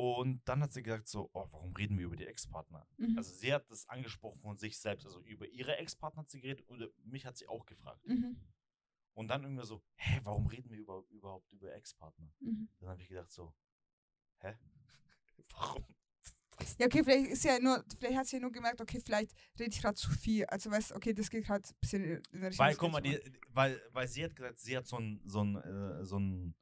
Speaker 2: Und dann hat sie gesagt so, oh, warum reden wir über die Ex-Partner?
Speaker 1: Mhm.
Speaker 2: Also sie hat das angesprochen von sich selbst, also über ihre Ex-Partner hat sie geredet und äh, mich hat sie auch gefragt.
Speaker 1: mhm.
Speaker 2: Und dann irgendwann so, hä, warum reden wir über, überhaupt über Ex-Partner?
Speaker 1: Mhm.
Speaker 2: Dann habe ich gedacht so, hä? warum?
Speaker 1: Ja, okay, vielleicht ist ja nur, vielleicht hat sie ja nur gemerkt, okay, vielleicht rede ich gerade zu viel. Also weißt du, okay, das geht gerade ein bisschen in der Richtung.
Speaker 2: Weil,
Speaker 1: das
Speaker 2: guck
Speaker 1: geht
Speaker 2: mal,
Speaker 1: schon
Speaker 2: die, weil, weil sie hat gesagt, sie hat so ein, so ein, äh, so ein,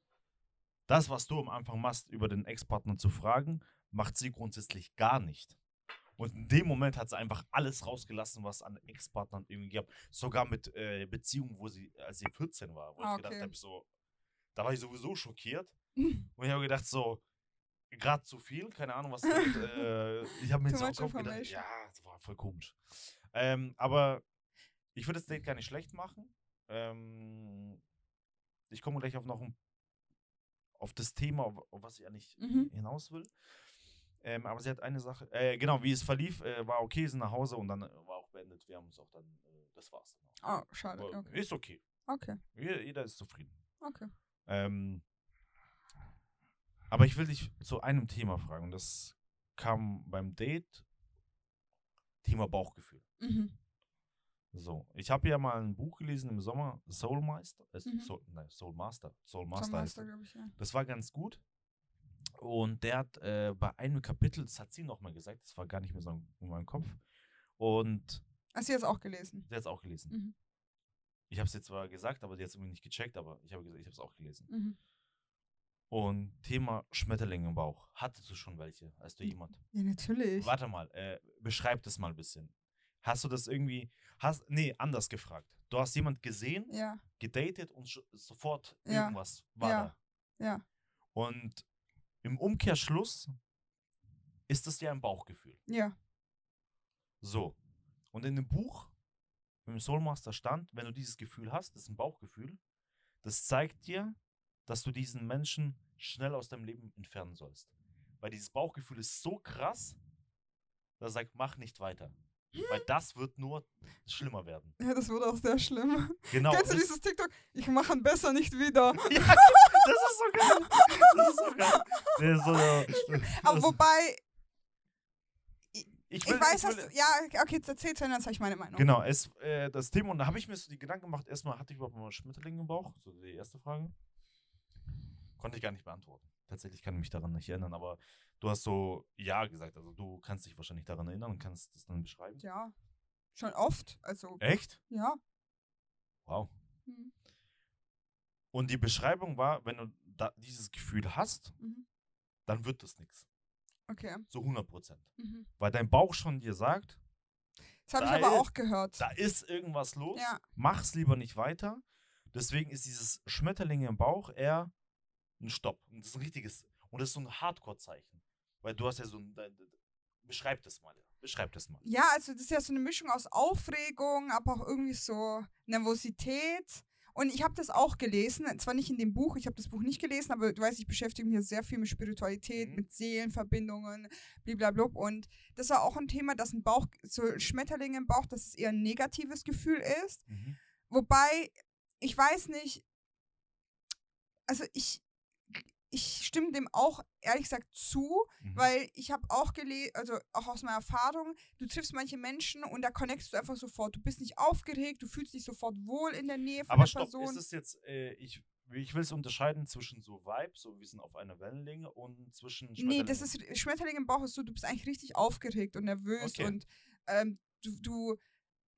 Speaker 2: das, was du am Anfang machst, über den Ex-Partner zu fragen, macht sie grundsätzlich gar nicht. Und in dem Moment hat sie einfach alles rausgelassen, was an Ex-Partnern irgendwie gab. Sogar mit äh, Beziehungen, wo sie, als sie 14 war, wo
Speaker 1: Ah,
Speaker 2: ich gedacht
Speaker 1: okay.
Speaker 2: habe, so, da war ich sowieso schockiert.
Speaker 1: Mhm.
Speaker 2: Und ich habe gedacht, so, gerade zu viel, keine Ahnung, was damit, äh, Ich habe mir
Speaker 1: Too
Speaker 2: jetzt auch
Speaker 1: much
Speaker 2: Kopf gedacht,
Speaker 1: information.
Speaker 2: ja, das war voll komisch. Ähm, aber ich würde das Date gar nicht schlecht machen. Ähm, ich komme gleich auf noch ein, auf das Thema, auf, auf was ich eigentlich
Speaker 1: Mhm.
Speaker 2: hinaus will. Ähm, aber sie hat eine Sache, äh, genau, wie es verlief, äh, war okay, sind nach Hause und dann äh, war auch beendet. Wir haben uns auch dann, äh, das war's. Dann auch.
Speaker 1: Oh, schade.
Speaker 2: Aber
Speaker 1: Okay.
Speaker 2: Ist okay.
Speaker 1: okay,
Speaker 2: Jeder, jeder ist zufrieden.
Speaker 1: okay.
Speaker 2: Ähm, aber ich will dich zu einem Thema fragen. und Das kam beim Date. Thema Bauchgefühl.
Speaker 1: Mhm.
Speaker 2: So, ich habe ja mal ein Buch gelesen im Sommer, Soul Meister, äh,
Speaker 1: Mhm. genau.
Speaker 2: Soul, nein, Soul Master, Soul
Speaker 1: Zum
Speaker 2: Master heißt
Speaker 1: Master,
Speaker 2: er.
Speaker 1: glaube ich, ja.
Speaker 2: Das war ganz gut. Und der hat äh, bei einem Kapitel, das hat sie nochmal gesagt, das war gar nicht mehr so in meinem Kopf. Und
Speaker 1: Hast du jetzt auch gelesen?
Speaker 2: der hat es auch gelesen.
Speaker 1: Mhm.
Speaker 2: Ich habe es jetzt zwar gesagt, aber die hat es irgendwie nicht gecheckt, aber ich habe gesagt, ich habe es auch gelesen.
Speaker 1: Mhm.
Speaker 2: Und Thema Schmetterlinge im Bauch. Hattest du schon welche? Hast du jemand?
Speaker 1: Ja, natürlich.
Speaker 2: Warte mal, äh, beschreib das mal ein bisschen. Hast du das irgendwie, hast, nee, anders gefragt. Du hast jemand gesehen,
Speaker 1: Ja,
Speaker 2: gedatet und sch- sofort
Speaker 1: Ja.
Speaker 2: irgendwas war
Speaker 1: Ja.
Speaker 2: da.
Speaker 1: ja.
Speaker 2: Und im Umkehrschluss ist das ja ein Bauchgefühl.
Speaker 1: Ja.
Speaker 2: So. Und in dem Buch, im Soulmaster stand, wenn du dieses Gefühl hast, das ist ein Bauchgefühl, das zeigt dir, dass du diesen Menschen schnell aus deinem Leben entfernen sollst. Weil dieses Bauchgefühl ist so krass, dass er sagt, mach nicht weiter. Weil das wird nur schlimmer werden.
Speaker 1: Ja, das wurde auch sehr schlimm.
Speaker 2: Genau.
Speaker 1: Kennst du
Speaker 2: das-
Speaker 1: dieses TikTok? Ich mache ihn besser nicht wieder.
Speaker 2: Ja, das ist so geil. Das ist so geil. Der ist so,
Speaker 1: Aber
Speaker 2: das-
Speaker 1: wobei,
Speaker 2: ich,
Speaker 1: ich
Speaker 2: will-
Speaker 1: weiß,
Speaker 2: ich
Speaker 1: was
Speaker 2: will-
Speaker 1: du. Ja, okay, jetzt erzähl's mir, dann sag ich meine Meinung.
Speaker 2: Genau, es, äh, das Thema, und da habe ich mir so die Gedanken gemacht, erstmal hatte ich überhaupt mal Schmetterlinge im Bauch, so die erste Frage. Konnte ich gar nicht beantworten. Tatsächlich kann ich mich daran nicht erinnern, aber du hast so Ja gesagt, also du kannst dich wahrscheinlich daran erinnern und kannst das dann beschreiben.
Speaker 1: Ja. Schon oft. Also,
Speaker 2: Echt?
Speaker 1: ja.
Speaker 2: Wow.
Speaker 1: Mhm.
Speaker 2: Und die Beschreibung war, wenn du da dieses Gefühl hast,
Speaker 1: Mhm.
Speaker 2: dann wird das nichts.
Speaker 1: Okay.
Speaker 2: So 100 Prozent.
Speaker 1: Mhm.
Speaker 2: Weil dein Bauch schon dir sagt,
Speaker 1: Das habe ich
Speaker 2: Da
Speaker 1: aber
Speaker 2: ist-
Speaker 1: auch gehört.
Speaker 2: da ist irgendwas los,
Speaker 1: Ja.
Speaker 2: mach's lieber nicht weiter. Deswegen ist dieses Schmetterlinge im Bauch eher ein Stopp. Und das ist ein richtiges, und das ist so ein Hardcore-Zeichen. Weil du hast ja so ein, de- de- beschreib das mal, beschreib das mal.
Speaker 1: Ja, also das ist ja so eine Mischung aus Aufregung, aber auch irgendwie so Nervosität. Und ich habe das auch gelesen, zwar nicht in dem Buch, ich habe das Buch nicht gelesen, aber du weißt, ich beschäftige mich ja sehr viel mit Spiritualität,
Speaker 2: Mhm.
Speaker 1: mit Seelenverbindungen, blablabla. Und das war auch ein Thema, dass ein Bauch, so Schmetterlinge im Bauch, dass es eher ein negatives Gefühl ist.
Speaker 2: Mhm.
Speaker 1: Wobei, ich weiß nicht, also ich, ich stimme dem auch ehrlich gesagt zu,
Speaker 2: Mhm.
Speaker 1: weil ich habe auch gelesen, also auch aus meiner Erfahrung, du triffst manche Menschen und da connectest du einfach sofort. Du bist nicht aufgeregt, du fühlst dich sofort wohl in der Nähe von
Speaker 2: Aber
Speaker 1: der
Speaker 2: stopp, ist
Speaker 1: Person.
Speaker 2: es jetzt, äh, ich, ich will es unterscheiden zwischen so Vibe, so wir sind auf einer Wellenlänge, und zwischen
Speaker 1: Nee, das
Speaker 2: Schmetterlingen.
Speaker 1: ist Schmetterling im Bauch ist so, du bist eigentlich richtig aufgeregt und nervös
Speaker 2: Okay.
Speaker 1: und ähm, du, du,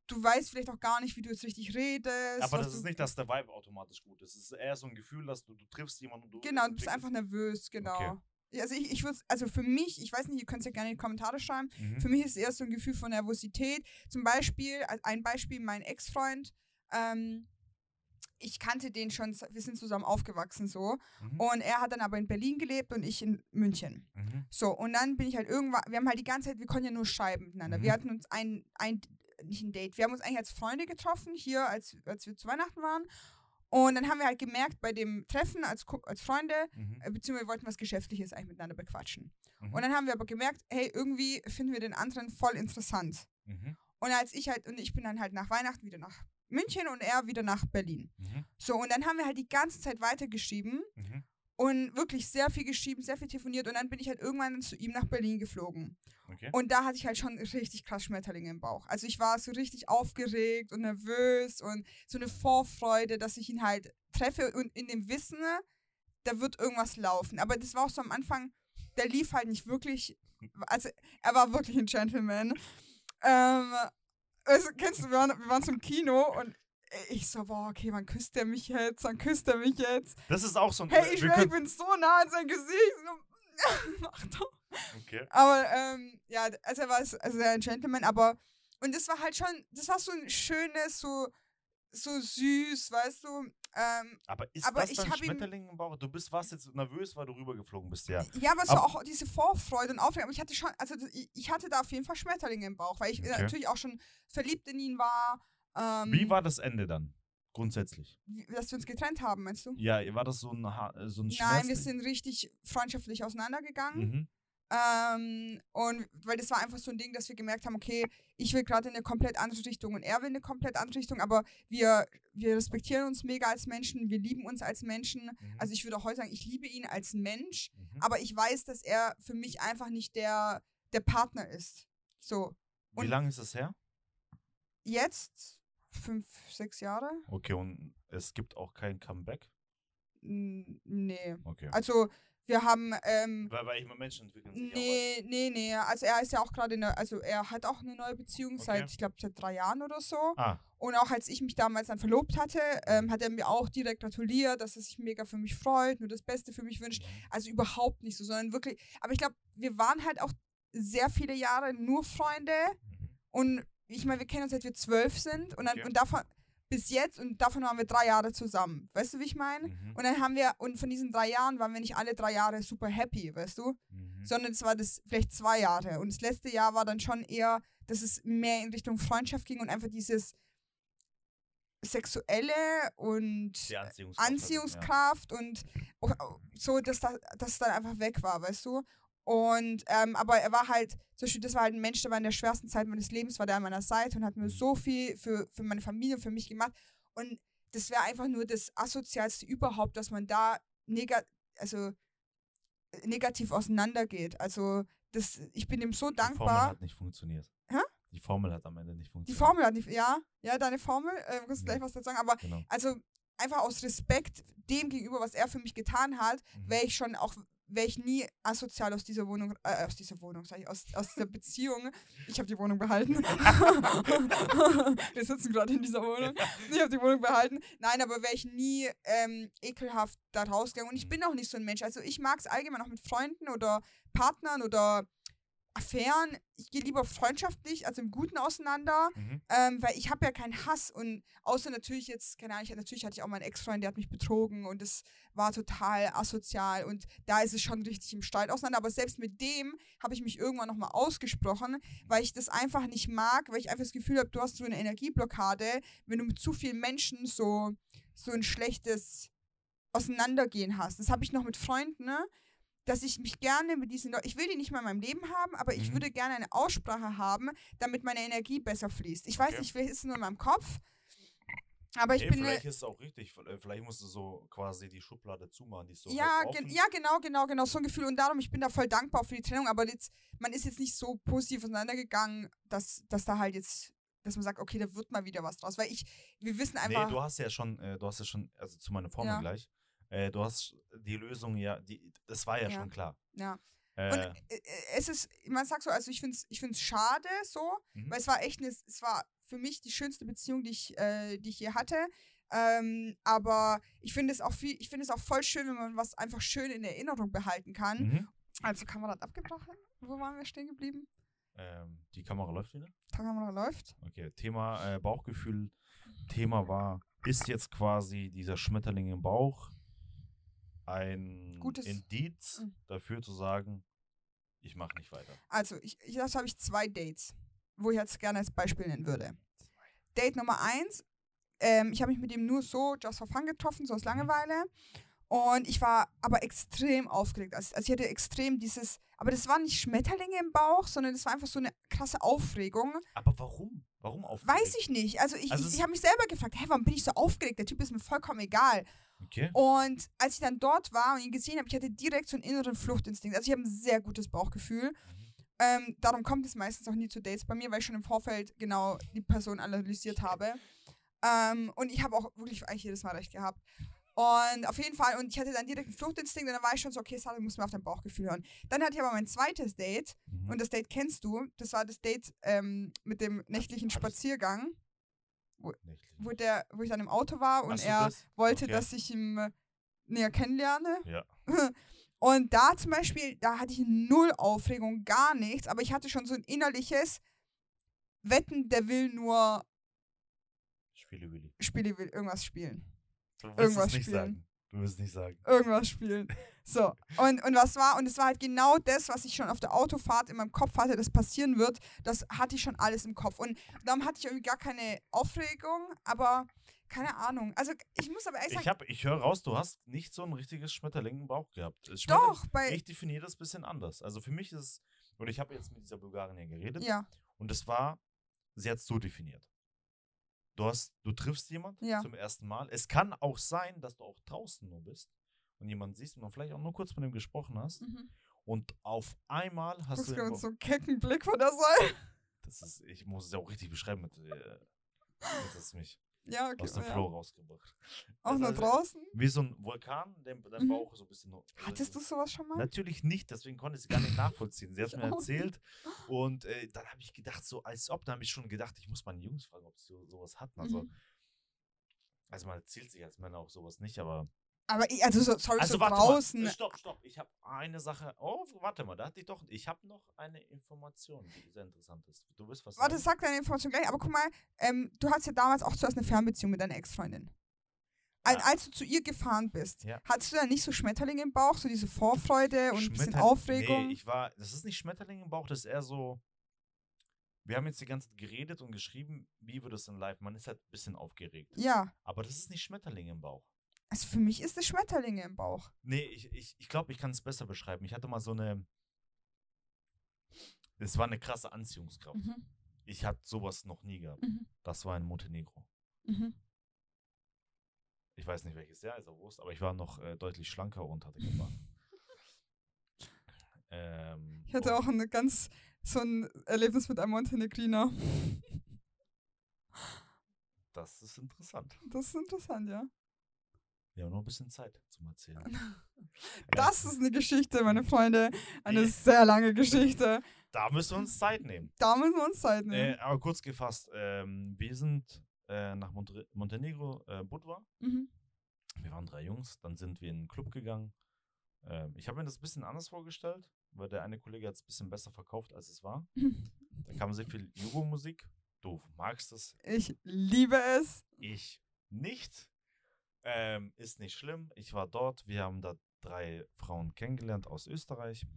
Speaker 1: du weißt vielleicht auch gar nicht, wie du jetzt richtig redest.
Speaker 2: Aber
Speaker 1: was
Speaker 2: das ist
Speaker 1: du,
Speaker 2: nicht, dass der Vibe automatisch gut ist. Es ist eher so ein Gefühl, dass du, du triffst jemanden und du.
Speaker 1: Genau, du bist
Speaker 2: entwickelst-
Speaker 1: einfach nervös, genau.
Speaker 2: Okay.
Speaker 1: Ja, Also ich, ich würde, also für mich, ich weiß nicht, ihr könnt es ja gerne in die Kommentare schreiben,
Speaker 2: Mhm.
Speaker 1: Für mich ist eher so ein Gefühl von Nervosität. Zum Beispiel, als ein Beispiel, mein Ex-Freund, ähm, ich kannte den schon, se- wir sind zusammen aufgewachsen so.
Speaker 2: Mhm.
Speaker 1: Und er hat dann aber in Berlin gelebt und ich in München.
Speaker 2: Mhm.
Speaker 1: So, und dann bin ich halt irgendwann, wir haben halt die ganze Zeit, wir konnten ja nur schreiben miteinander.
Speaker 2: Mhm.
Speaker 1: Wir hatten uns ein, ein, nicht ein Date, wir haben uns eigentlich als Freunde getroffen, hier, als, als wir zu Weihnachten waren. Und dann haben wir halt gemerkt, bei dem Treffen als, Ku- als Freunde,
Speaker 2: Mhm.
Speaker 1: äh, beziehungsweise wir wollten was Geschäftliches eigentlich miteinander bequatschen.
Speaker 2: Mhm.
Speaker 1: Und dann haben wir aber gemerkt, hey, irgendwie finden wir den anderen voll interessant.
Speaker 2: Mhm.
Speaker 1: Und als ich halt, und ich bin dann halt nach Weihnachten wieder nach München und er wieder nach Berlin.
Speaker 2: Mhm.
Speaker 1: So, und dann haben wir halt die ganze Zeit weitergeschrieben
Speaker 2: Mhm.
Speaker 1: und wirklich sehr viel geschrieben, sehr viel telefoniert und dann bin ich halt irgendwann zu ihm nach Berlin geflogen.
Speaker 2: Okay.
Speaker 1: Und da hatte ich halt schon richtig krass Schmetterlinge im Bauch. Also ich war so richtig aufgeregt und nervös und so eine Vorfreude, dass ich ihn halt treffe und in dem Wissen, da wird irgendwas laufen. Aber das war auch so am Anfang, der lief halt nicht wirklich, also er war wirklich ein Gentleman. Ähm, also, kennst du, wir waren, wir waren zum Kino und ich so, boah, okay, wann küsst er mich jetzt? Wann küsst er mich jetzt?
Speaker 2: Das ist auch so ein.
Speaker 1: Hey, ich,
Speaker 2: wir
Speaker 1: schwör, ich
Speaker 2: können-
Speaker 1: bin so nah an sein Gesicht. So, mach doch.
Speaker 2: Okay.
Speaker 1: Aber ähm, ja, also er war s- also ein Gentleman, aber und das war halt schon, das war so ein schönes, so, so süß, weißt du. Ähm,
Speaker 2: Aber ist
Speaker 1: Aber
Speaker 2: das
Speaker 1: ich
Speaker 2: dann
Speaker 1: hab ihm-
Speaker 2: Schmetterling im Bauch? Du bist, warst jetzt nervös, weil du rübergeflogen bist, ja.
Speaker 1: ja, aber es war
Speaker 2: Ab-
Speaker 1: auch diese Vorfreude und Aufregung. Aber ich hatte schon, also d- ich- ich hatte da auf jeden Fall Schmetterlinge im Bauch, weil ich äh,
Speaker 2: Okay.
Speaker 1: natürlich auch schon verliebt in ihn war. Ähm,
Speaker 2: Wie war das Ende dann? Grundsätzlich.
Speaker 1: wie- dass wir uns getrennt haben, meinst du?
Speaker 2: Ja, war das so ein, ha äh, so ein
Speaker 1: Nein, wir
Speaker 2: schmerzlich-
Speaker 1: sind richtig freundschaftlich auseinandergegangen.
Speaker 2: Mhm.
Speaker 1: Ähm, und weil das war einfach so ein Ding, dass wir gemerkt haben, okay, ich will gerade in eine komplett andere Richtung und er will in eine komplett andere Richtung, aber wir, wir respektieren uns mega als Menschen, wir lieben uns als Menschen.
Speaker 2: Mhm.
Speaker 1: Also ah, ich würde auch heute sagen, ich liebe ihn als Mensch,
Speaker 2: Mhm.
Speaker 1: aber ich weiß, dass er für mich einfach nicht der, der Partner ist. So,
Speaker 2: Wie
Speaker 1: und-
Speaker 2: lange ist das her?
Speaker 1: jetzt fünf, sechs Jahre.
Speaker 2: Okay, und es gibt auch kein Comeback?
Speaker 1: N nee.
Speaker 2: Okay.
Speaker 1: Also wir haben ähm,
Speaker 2: weil, weil immer Menschen entwickeln sich ja
Speaker 1: Nee, nee, nee. Also er ist ja auch gerade, in einer- also er hat auch eine neue Beziehung
Speaker 2: Okay.
Speaker 1: seit, ich glaube, seit drei Jahren oder so.
Speaker 2: was. Ah,
Speaker 1: Und auch als ich mich damals dann verlobt hatte, ähm, hat er mir auch direkt gratuliert, dass er sich mega für mich freut, nur das Beste für mich wünscht.
Speaker 2: mhm.
Speaker 1: Also überhaupt nicht so, sondern wirklich. Aber ich glaube, wir waren halt auch sehr viele Jahre nur Freunde.
Speaker 2: Mhm.
Speaker 1: Und ich meine, wir kennen uns seit wir zwölf sind. Und, dann,
Speaker 2: Okay.
Speaker 1: und davon bis jetzt und davon waren wir drei Jahre zusammen. Weißt du, wie ich meine?
Speaker 2: Mhm.
Speaker 1: Und dann haben wir, und von diesen drei Jahren waren wir nicht alle drei Jahre super happy, weißt du?
Speaker 2: Mhm.
Speaker 1: sondern es war das vielleicht zwei Jahre. Und das letzte Jahr war dann schon eher, dass es mehr in Richtung Freundschaft ging und einfach dieses sexuelle und
Speaker 2: Die Anziehungskraft.
Speaker 1: Anziehungskraft und auch- so, dass das, dass es dann einfach weg war, weißt du? Und, ähm, aber er war halt, zum Beispiel, das war halt ein Mensch, der war in der schwersten Zeit meines Lebens, war der an meiner Seite und hat mir
Speaker 2: Mhm.
Speaker 1: so viel für, für meine Familie und für mich gemacht. Und das wäre einfach nur das Asozialste überhaupt, dass man da nega also, äh, negativ auseinandergeht. Also, das, ich bin ihm so
Speaker 2: Die Formel
Speaker 1: dankbar.
Speaker 2: hat nicht funktioniert.
Speaker 1: Hä?
Speaker 2: Die Formel hat am Ende nicht
Speaker 1: Die
Speaker 2: funktioniert.
Speaker 1: Formel hat nicht, ja, ja, deine Formel, äh, kannst du
Speaker 2: Ja.
Speaker 1: gleich was dazu sagen, aber
Speaker 2: Genau.
Speaker 1: also einfach aus Respekt dem gegenüber, was er für mich getan hat,
Speaker 2: Mhm.
Speaker 1: wäre ich schon auch, wäre ich nie asozial aus dieser Wohnung, äh, aus dieser Wohnung, sag ich, aus, aus dieser Beziehung. Ich habe die Wohnung behalten. Wir sitzen gerade in dieser Wohnung. Ich habe die Wohnung behalten. Nein, aber wäre ich nie ähm, ekelhaft da rausgegangen. Und ich bin auch nicht so ein Mensch. Also ich mag es allgemein auch mit Freunden oder Partnern oder Affären. Ich gehe lieber freundschaftlich, also im Guten auseinander
Speaker 2: Mhm.
Speaker 1: ähm, weil ich habe ja keinen Hass und außer natürlich jetzt, keine Ahnung, ich, natürlich hatte ich auch meinen Ex-Freund, der hat mich betrogen und das war total asozial und da ist es schon richtig im Streit auseinander, aber selbst mit dem habe ich mich irgendwann nochmal ausgesprochen, weil ich das einfach nicht mag, weil ich einfach das Gefühl habe, du hast so eine Energieblockade, wenn du mit zu vielen Menschen so, so ein schlechtes Auseinandergehen hast. Das habe ich noch mit Freunden, ne? dass ich mich gerne mit diesen Leuten, ich will die nicht mal in meinem Leben haben, aber ich
Speaker 2: Mhm.
Speaker 1: würde gerne eine Aussprache haben, damit meine Energie besser fließt. Ich weiß
Speaker 2: Okay.
Speaker 1: nicht, vielleicht ist es nur in meinem Kopf, aber ich
Speaker 2: Ey,
Speaker 1: bin... ne,
Speaker 2: vielleicht ist es auch richtig. Vielleicht vielleicht musst du so quasi die Schublade zumachen, die ist so
Speaker 1: ja,
Speaker 2: halb
Speaker 1: gen-
Speaker 2: offen.
Speaker 1: ja, genau, genau, genau, so ein Gefühl. Und darum, ich bin da voll dankbar für die Trennung, aber jetzt, man ist jetzt nicht so positiv auseinandergegangen, dass, dass da halt jetzt, dass man sagt, okay, da wird mal wieder was draus. Weil ich, wir wissen einfach,
Speaker 2: Nee, du hast ja schon, äh, du hast ja schon, also zu meiner Formel
Speaker 1: Ja.
Speaker 2: gleich, äh, du hast die Lösung ja, die, das war ja,
Speaker 1: Ja.
Speaker 2: schon klar.
Speaker 1: ja.
Speaker 2: Äh,
Speaker 1: Und äh, äh, es ist, man sagt so, also ich finde es ich find's schade so,
Speaker 2: Mhm.
Speaker 1: weil es war echt, eine, es war für mich die schönste Beziehung, die ich, äh, die ich je hatte. Ähm, aber ich finde es auch viel, ich finde es auch voll schön, wenn man was einfach schön in Erinnerung behalten kann.
Speaker 2: mhm.
Speaker 1: Also Kamera hat abgebrochen. Wo waren wir stehen geblieben?
Speaker 2: ähm, die Kamera läuft wieder.
Speaker 1: Kamera läuft.
Speaker 2: Okay, Thema äh, Bauchgefühl. Thema war, ist jetzt quasi dieser Schmetterling im Bauch ein
Speaker 1: Gutes-
Speaker 2: Indiz
Speaker 1: Mhm.
Speaker 2: dafür zu sagen, ich mache nicht weiter.
Speaker 1: Also, ich, ich dazu habe ich zwei Dates, wo ich jetzt gerne als Beispiel nennen würde. Date Nummer eins, ähm, ich habe mich mit ihm nur so just for fun getroffen, so aus
Speaker 2: Mhm.
Speaker 1: Langeweile. Und ich war aber extrem aufgeregt. Also, also ich hatte extrem dieses, aber das waren nicht Schmetterlinge im Bauch, sondern das war einfach so eine krasse Aufregung.
Speaker 2: Aber warum? Warum auf?
Speaker 1: Weiß ich nicht. Also ich,
Speaker 2: Also
Speaker 1: ich,
Speaker 2: es-
Speaker 1: ich habe mich selber gefragt, hä, warum bin ich so aufgeregt? Der Typ ist mir vollkommen egal.
Speaker 2: Okay.
Speaker 1: Und als ich dann dort war und ihn gesehen habe, ich hatte direkt so einen inneren Fluchtinstinkt. Also ich habe ein sehr gutes Bauchgefühl. Ähm, darum kommt es meistens auch nie zu Dates bei mir, weil ich schon im Vorfeld genau die Person analysiert habe. Ähm, und ich habe auch wirklich eigentlich jedes Mal recht gehabt. Und auf jeden Fall, und ich hatte dann direkt einen Fluchtinstinkt und dann war ich schon so, okay, Sarah, du musst mir auf dein Bauchgefühl hören. Dann hatte ich aber mein zweites Date
Speaker 2: Mhm.
Speaker 1: und das Date kennst du. Das war das Date ähm, mit dem nächtlichen
Speaker 2: hab ich-
Speaker 1: Spaziergang,
Speaker 2: Nächtlich.
Speaker 1: wo, der, wo ich dann im Auto war und
Speaker 2: Hast du
Speaker 1: er
Speaker 2: das?
Speaker 1: wollte,
Speaker 2: Okay.
Speaker 1: dass ich ihn äh, näher kennenlerne.
Speaker 2: Ja.
Speaker 1: Und da zum Beispiel, da hatte ich null Aufregung, gar nichts, aber ich hatte schon so ein innerliches Wetten, der will nur
Speaker 2: Spiele Willi.
Speaker 1: Spiele, will irgendwas spielen.
Speaker 2: Du wirst
Speaker 1: Irgendwas
Speaker 2: es nicht
Speaker 1: spielen.
Speaker 2: sagen. Du wirst es nicht sagen.
Speaker 1: Irgendwas spielen. So. Und, und was war? Und es war halt genau das, was ich schon auf der Autofahrt in meinem Kopf hatte, das passieren wird. Das hatte ich schon alles im Kopf. Und darum hatte ich irgendwie gar keine Aufregung, aber keine Ahnung. Also ich muss aber ehrlich
Speaker 2: Ich,
Speaker 1: sagen,
Speaker 2: hab, ich höre raus, du hast nicht so ein richtiges Schmetterling im Bauch gehabt. Äh, Schmetterling-
Speaker 1: doch, bei.
Speaker 2: Ich definiere das ein bisschen anders. Also für mich ist es, und ich habe jetzt mit dieser Bulgarin ja geredet,
Speaker 1: Ja,
Speaker 2: und das war, sie hat es so definiert. Du, hast, du triffst jemanden
Speaker 1: Ja.
Speaker 2: zum ersten Mal. Es kann auch sein, dass du auch draußen nur bist und jemanden siehst und dann vielleicht auch nur kurz mit ihm gesprochen hast.
Speaker 1: mhm.
Speaker 2: Und auf einmal hast
Speaker 1: guckst
Speaker 2: du.
Speaker 1: du
Speaker 2: im
Speaker 1: uns
Speaker 2: Bauch-
Speaker 1: so einen kecken Blick von der Seite.
Speaker 2: Das ist, ich muss es ja auch richtig beschreiben. Mit, äh, Das ist mich
Speaker 1: Ja, okay.
Speaker 2: aus dem
Speaker 1: ja.
Speaker 2: Flow rausgebracht.
Speaker 1: Auch
Speaker 2: Das
Speaker 1: nach
Speaker 2: heißt,
Speaker 1: draußen.
Speaker 2: Wie so ein Vulkan, dein, dein
Speaker 1: Mhm.
Speaker 2: Bauch so ein bisschen. äh,
Speaker 1: Hattest du sowas schon mal?
Speaker 2: Natürlich nicht, deswegen konnte ich es gar nicht nachvollziehen. Sie hat
Speaker 1: Ich
Speaker 2: mir
Speaker 1: auch
Speaker 2: erzählt und äh, dann habe ich gedacht, so als ob, da habe ich schon gedacht, ich muss meine Jungs fragen, ob sie so- sowas hatten. Also,
Speaker 1: Mhm.
Speaker 2: also man erzählt sich als Männer auch sowas nicht, aber.
Speaker 1: Aber ich, also, so, sorry,
Speaker 2: Also
Speaker 1: so
Speaker 2: warte
Speaker 1: draußen.
Speaker 2: mal, stopp, stopp, ich habe eine Sache. Oh, warte mal, da hatte ich doch, ich habe noch eine Information, die sehr interessant ist. Du wirst was
Speaker 1: Warte,
Speaker 2: sagen?
Speaker 1: sag deine Information gleich. Aber guck mal, ähm, du hattest ja damals auch zuerst eine Fernbeziehung mit deiner Ex-Freundin. Al-
Speaker 2: Ja.
Speaker 1: Als du zu ihr gefahren bist,
Speaker 2: Ja.
Speaker 1: hattest du dann nicht so Schmetterlinge im Bauch, so diese Vorfreude und ein bisschen
Speaker 2: Schmetterling-
Speaker 1: Aufregung?
Speaker 2: Nee, ich war, das ist nicht Schmetterling im Bauch, das ist eher so. Wir haben jetzt die ganze Zeit geredet und geschrieben, wie wird es denn live? Man ist halt ein bisschen aufgeregt.
Speaker 1: ja,
Speaker 2: Aber das ist nicht Schmetterling im Bauch.
Speaker 1: also für mich ist es Schmetterlinge im Bauch.
Speaker 2: Nee, ich, ich, ich glaube, ich kann es besser beschreiben. Ich hatte mal so eine. Es war eine krasse Anziehungskraft. Ich hatte sowas noch nie gehabt.
Speaker 1: Mhm.
Speaker 2: Das war in Montenegro.
Speaker 1: Mhm.
Speaker 2: Ich weiß nicht, welches Jahr, ist ja Wurst, aber ich war noch äh, deutlich schlanker und hatte gewonnen. ähm,
Speaker 1: Ich hatte
Speaker 2: und-
Speaker 1: auch eine ganz so ein Erlebnis mit einem Montenegriner.
Speaker 2: Das ist interessant.
Speaker 1: Das ist interessant, ja.
Speaker 2: Wir haben noch ein bisschen Zeit zum Erzählen.
Speaker 1: Das ist eine Geschichte, meine Freunde. Eine
Speaker 2: Ja.
Speaker 1: sehr lange Geschichte.
Speaker 2: Da müssen wir uns Zeit nehmen.
Speaker 1: Da müssen wir uns Zeit nehmen.
Speaker 2: Äh, aber kurz gefasst, ähm, wir sind äh, nach Montre Montenegro, äh, Budva.
Speaker 1: Mhm.
Speaker 2: Wir waren drei Jungs, dann sind wir in den Club gegangen. Ähm, ich habe mir das ein bisschen anders vorgestellt, weil der eine Kollege hat es ein bisschen besser verkauft, als es war. Da kam sehr viel Jugo-Musik. Du magst es,
Speaker 1: Ich liebe es.
Speaker 2: ich nicht. Ähm, ist nicht schlimm. Ich war dort. Wir haben da drei Frauen kennengelernt aus Österreich.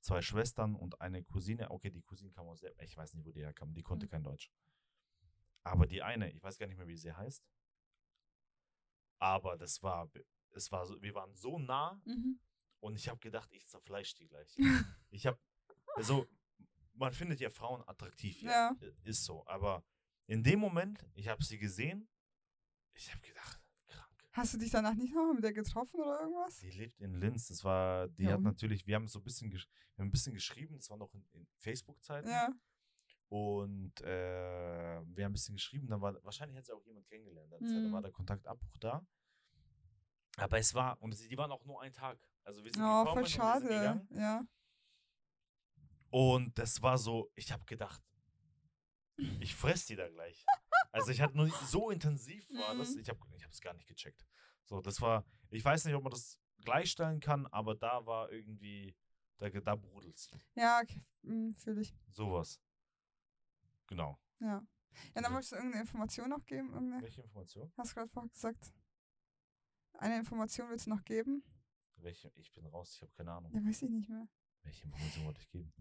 Speaker 2: Zwei Schwestern und eine Cousine. Okay, die Cousine kam aus der. Ich weiß nicht, wo die herkam. Die konnte
Speaker 1: Mhm.
Speaker 2: kein Deutsch. Aber die eine, ich weiß gar nicht mehr, wie sie heißt. Aber das war. Es war so, wir waren so nah
Speaker 1: Mhm.
Speaker 2: und ich habe gedacht, ich zerfleisch die gleich. ich habe. Also, man findet ja Frauen attraktiv. Ja. Ist so. Aber in dem Moment, ich habe sie gesehen, ich habe gedacht, krank.
Speaker 1: Hast du dich danach nicht nochmal mit der getroffen oder irgendwas?
Speaker 2: Sie lebt in Linz. Das war, die
Speaker 1: Ja,
Speaker 2: hat
Speaker 1: und?
Speaker 2: natürlich, wir haben so ein bisschen, gesch- wir haben ein bisschen geschrieben, das war noch in, in Facebook-Zeiten.
Speaker 1: Ja.
Speaker 2: Und äh, wir haben ein bisschen geschrieben, dann war, wahrscheinlich hat sie auch jemand kennengelernt. in der Zeit, Dann
Speaker 1: Mhm.
Speaker 2: war der Kontaktabbruch da. Aber es war, und sie, die waren auch nur einen Tag. Also wir sind
Speaker 1: Oh,
Speaker 2: gekommen
Speaker 1: voll
Speaker 2: und wir sind
Speaker 1: schade.
Speaker 2: gegangen.
Speaker 1: Ja.
Speaker 2: Und das war so, ich habe gedacht, ich fress die da gleich. Also ich hatte nur so intensiv war das,
Speaker 1: Mhm.
Speaker 2: ich habe ich es gar nicht gecheckt. So, das war, ich weiß nicht, ob man das gleichstellen kann, aber da war irgendwie, da, da brudelst
Speaker 1: Ja, okay. Mhm, Fühle ich.
Speaker 2: Sowas. Genau.
Speaker 1: Ja. Ja, dann
Speaker 2: Mhm.
Speaker 1: wolltest du irgendeine Information noch geben? Irgendeine?
Speaker 2: Welche Information?
Speaker 1: Hast du gerade vorher gesagt? Eine Information willst du noch geben?
Speaker 2: Welche, ich bin raus, ich habe keine Ahnung.
Speaker 1: Ja, weiß ich nicht mehr.
Speaker 2: Welche Information wollte ich geben?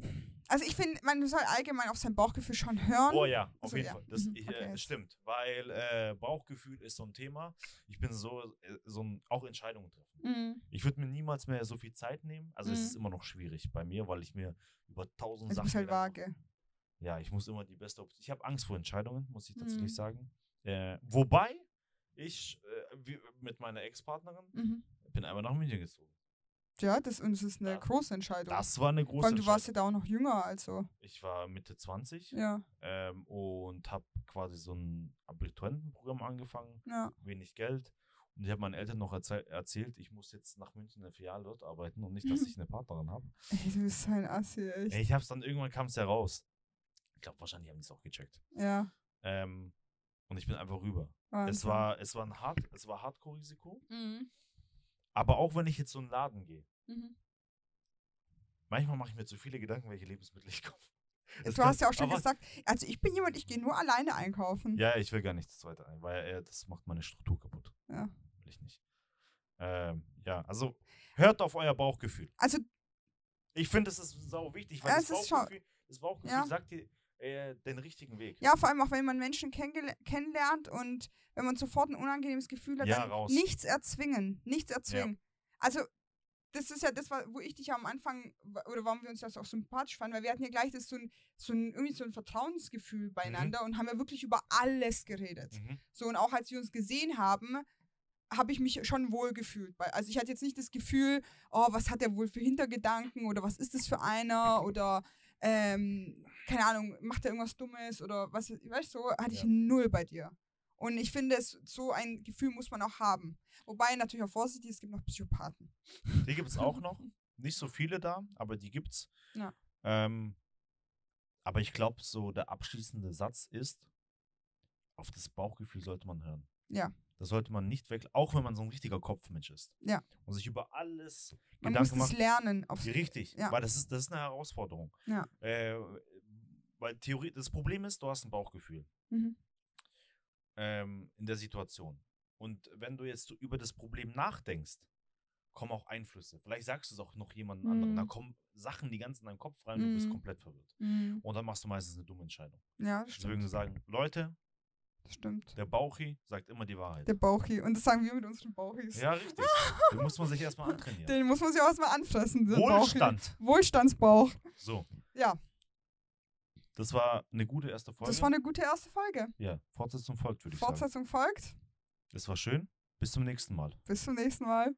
Speaker 1: Also ich finde, man soll allgemein auf sein Bauchgefühl schon hören.
Speaker 2: Oh ja, auf
Speaker 1: Also
Speaker 2: jeden
Speaker 1: ja,
Speaker 2: Fall. Das
Speaker 1: mhm,
Speaker 2: ich,
Speaker 1: okay,
Speaker 2: äh,
Speaker 1: jetzt.
Speaker 2: stimmt, weil äh, Bauchgefühl ist so ein Thema. Ich bin so, äh, so ein, auch Entscheidungen treffen.
Speaker 1: Mhm.
Speaker 2: Ich würde mir niemals mehr so viel Zeit nehmen. Also es
Speaker 1: Mhm.
Speaker 2: ist immer noch schwierig bei mir, weil ich mir über tausend
Speaker 1: Ich
Speaker 2: Sachen.
Speaker 1: muss halt
Speaker 2: Gedanken mache.
Speaker 1: vage.
Speaker 2: Ja, ich muss immer die beste Option. Ich habe Angst vor Entscheidungen, muss ich tatsächlich
Speaker 1: Mhm.
Speaker 2: sagen. Äh, wobei ich äh, wie, mit meiner Ex-Partnerin
Speaker 1: Mhm.
Speaker 2: bin einmal nach München gezogen.
Speaker 1: Ja, das, und das ist eine
Speaker 2: Ja.
Speaker 1: große Entscheidung.
Speaker 2: Das war eine große
Speaker 1: Vor allem, du warst ja
Speaker 2: Entscheidung.
Speaker 1: da auch noch jünger, also.
Speaker 2: Ich war Mitte 20
Speaker 1: Ja,
Speaker 2: ähm, und habe quasi so ein Abiturentenprogramm angefangen,
Speaker 1: ja.
Speaker 2: wenig Geld. Und ich habe meinen Eltern noch erzähl erzählt, ich muss jetzt nach München in der Filiale dort arbeiten und nicht, dass
Speaker 1: Mhm.
Speaker 2: ich eine Partnerin habe.
Speaker 1: Ey, du bist so ein Assi, echt.
Speaker 2: Ey, Ich hab's dann irgendwann kam es ja raus. Ich glaube, wahrscheinlich haben die es auch gecheckt.
Speaker 1: Ja.
Speaker 2: Ähm, und ich bin einfach rüber. Es
Speaker 1: Wahnsinn.
Speaker 2: war, es war ein hart, es war Hardcore-Risiko.
Speaker 1: Mhm.
Speaker 2: Aber auch wenn ich jetzt so einen Laden gehe,
Speaker 1: Mhm.
Speaker 2: manchmal mache ich mir zu viele Gedanken, welche Lebensmittel ich kaufe. Das
Speaker 1: Du hast
Speaker 2: kannst-
Speaker 1: ja auch schon
Speaker 2: aber-
Speaker 1: gesagt, also ich bin jemand, ich gehe nur alleine einkaufen.
Speaker 2: Ja, ich will gar nichts weiter ein, weil äh, das macht meine Struktur kaputt.
Speaker 1: Ja.
Speaker 2: Will ich nicht. Ähm, ja, also hört auf euer Bauchgefühl.
Speaker 1: Also,
Speaker 2: Ich finde, das ist sau wichtig, weil
Speaker 1: Ja,
Speaker 2: das
Speaker 1: es ist schau-
Speaker 2: Bauchgefühl, das Bauchgefühl
Speaker 1: Ja.
Speaker 2: sagt dir äh, den richtigen Weg.
Speaker 1: ja, vor allem auch, wenn man Menschen kennengel- kennenlernt und wenn man sofort ein unangenehmes Gefühl hat,
Speaker 2: Ja,
Speaker 1: dann
Speaker 2: raus.
Speaker 1: nichts erzwingen. Nichts erzwingen. Also, das ist ja das, wa- wo ich dich ja am Anfang, wa- oder warum wir uns das auch sympathisch fanden, weil wir hatten ja gleich das so ein, so ein, irgendwie so ein Vertrauensgefühl beieinander und haben ja wirklich über alles geredet.
Speaker 2: Mhm.
Speaker 1: So, und auch als wir uns gesehen haben, habe ich mich schon wohl gefühlt. Weil- Also ich hatte jetzt nicht das Gefühl, oh, was hat er wohl für Hintergedanken oder was ist das für einer oder ähm, keine Ahnung, macht er irgendwas Dummes oder was, weißt du, so, hatte ich
Speaker 2: Ja.
Speaker 1: null bei dir. Und ich finde, es, so ein Gefühl muss man auch haben. Wobei natürlich auch vorsichtig, es gibt noch Psychopathen.
Speaker 2: Die gibt es auch noch. Nicht so viele da, aber die gibt's.
Speaker 1: Ja.
Speaker 2: Ähm, aber ich glaube, so der abschließende Satz ist, auf das Bauchgefühl sollte man hören.
Speaker 1: Ja.
Speaker 2: Das sollte man nicht weg, auch wenn man so ein richtiger Kopfmensch ist.
Speaker 1: Ja.
Speaker 2: Und sich über alles
Speaker 1: Man
Speaker 2: Gedanken
Speaker 1: muss
Speaker 2: machen.
Speaker 1: das lernen. Aufs,
Speaker 2: Ja, Richtig,
Speaker 1: Ja.
Speaker 2: weil das ist, das ist eine Herausforderung.
Speaker 1: Ja.
Speaker 2: Äh, weil Theorie, das Problem ist, du hast ein Bauchgefühl
Speaker 1: mhm.
Speaker 2: ähm, in der Situation. Und wenn du jetzt so über das Problem nachdenkst, kommen auch Einflüsse. Vielleicht sagst du es auch noch jemandem anderen. Da
Speaker 1: Mhm.
Speaker 2: kommen Sachen die ganz in deinem Kopf rein und du bist
Speaker 1: Mhm.
Speaker 2: komplett verwirrt.
Speaker 1: Mhm.
Speaker 2: Und dann machst du meistens eine dumme Entscheidung.
Speaker 1: Ja, das
Speaker 2: Deswegen
Speaker 1: stimmt.
Speaker 2: sagen, Leute,
Speaker 1: Das stimmt.
Speaker 2: der Bauchi sagt immer die Wahrheit.
Speaker 1: Der Bauchi. Und das sagen wir mit unseren Bauchis.
Speaker 2: Ja, richtig. Den muss man sich erstmal antrainieren.
Speaker 1: Den muss man sich auch erstmal anfressen. diesen Bauchi.
Speaker 2: Wohlstand.
Speaker 1: Wohlstandsbauch.
Speaker 2: So.
Speaker 1: Ja.
Speaker 2: Das war eine gute erste Folge.
Speaker 1: Das war eine gute erste Folge.
Speaker 2: ja, Fortsetzung folgt, würde ich sagen.
Speaker 1: Fortsetzung folgt.
Speaker 2: Es war schön. Bis zum nächsten Mal.
Speaker 1: Bis zum nächsten Mal.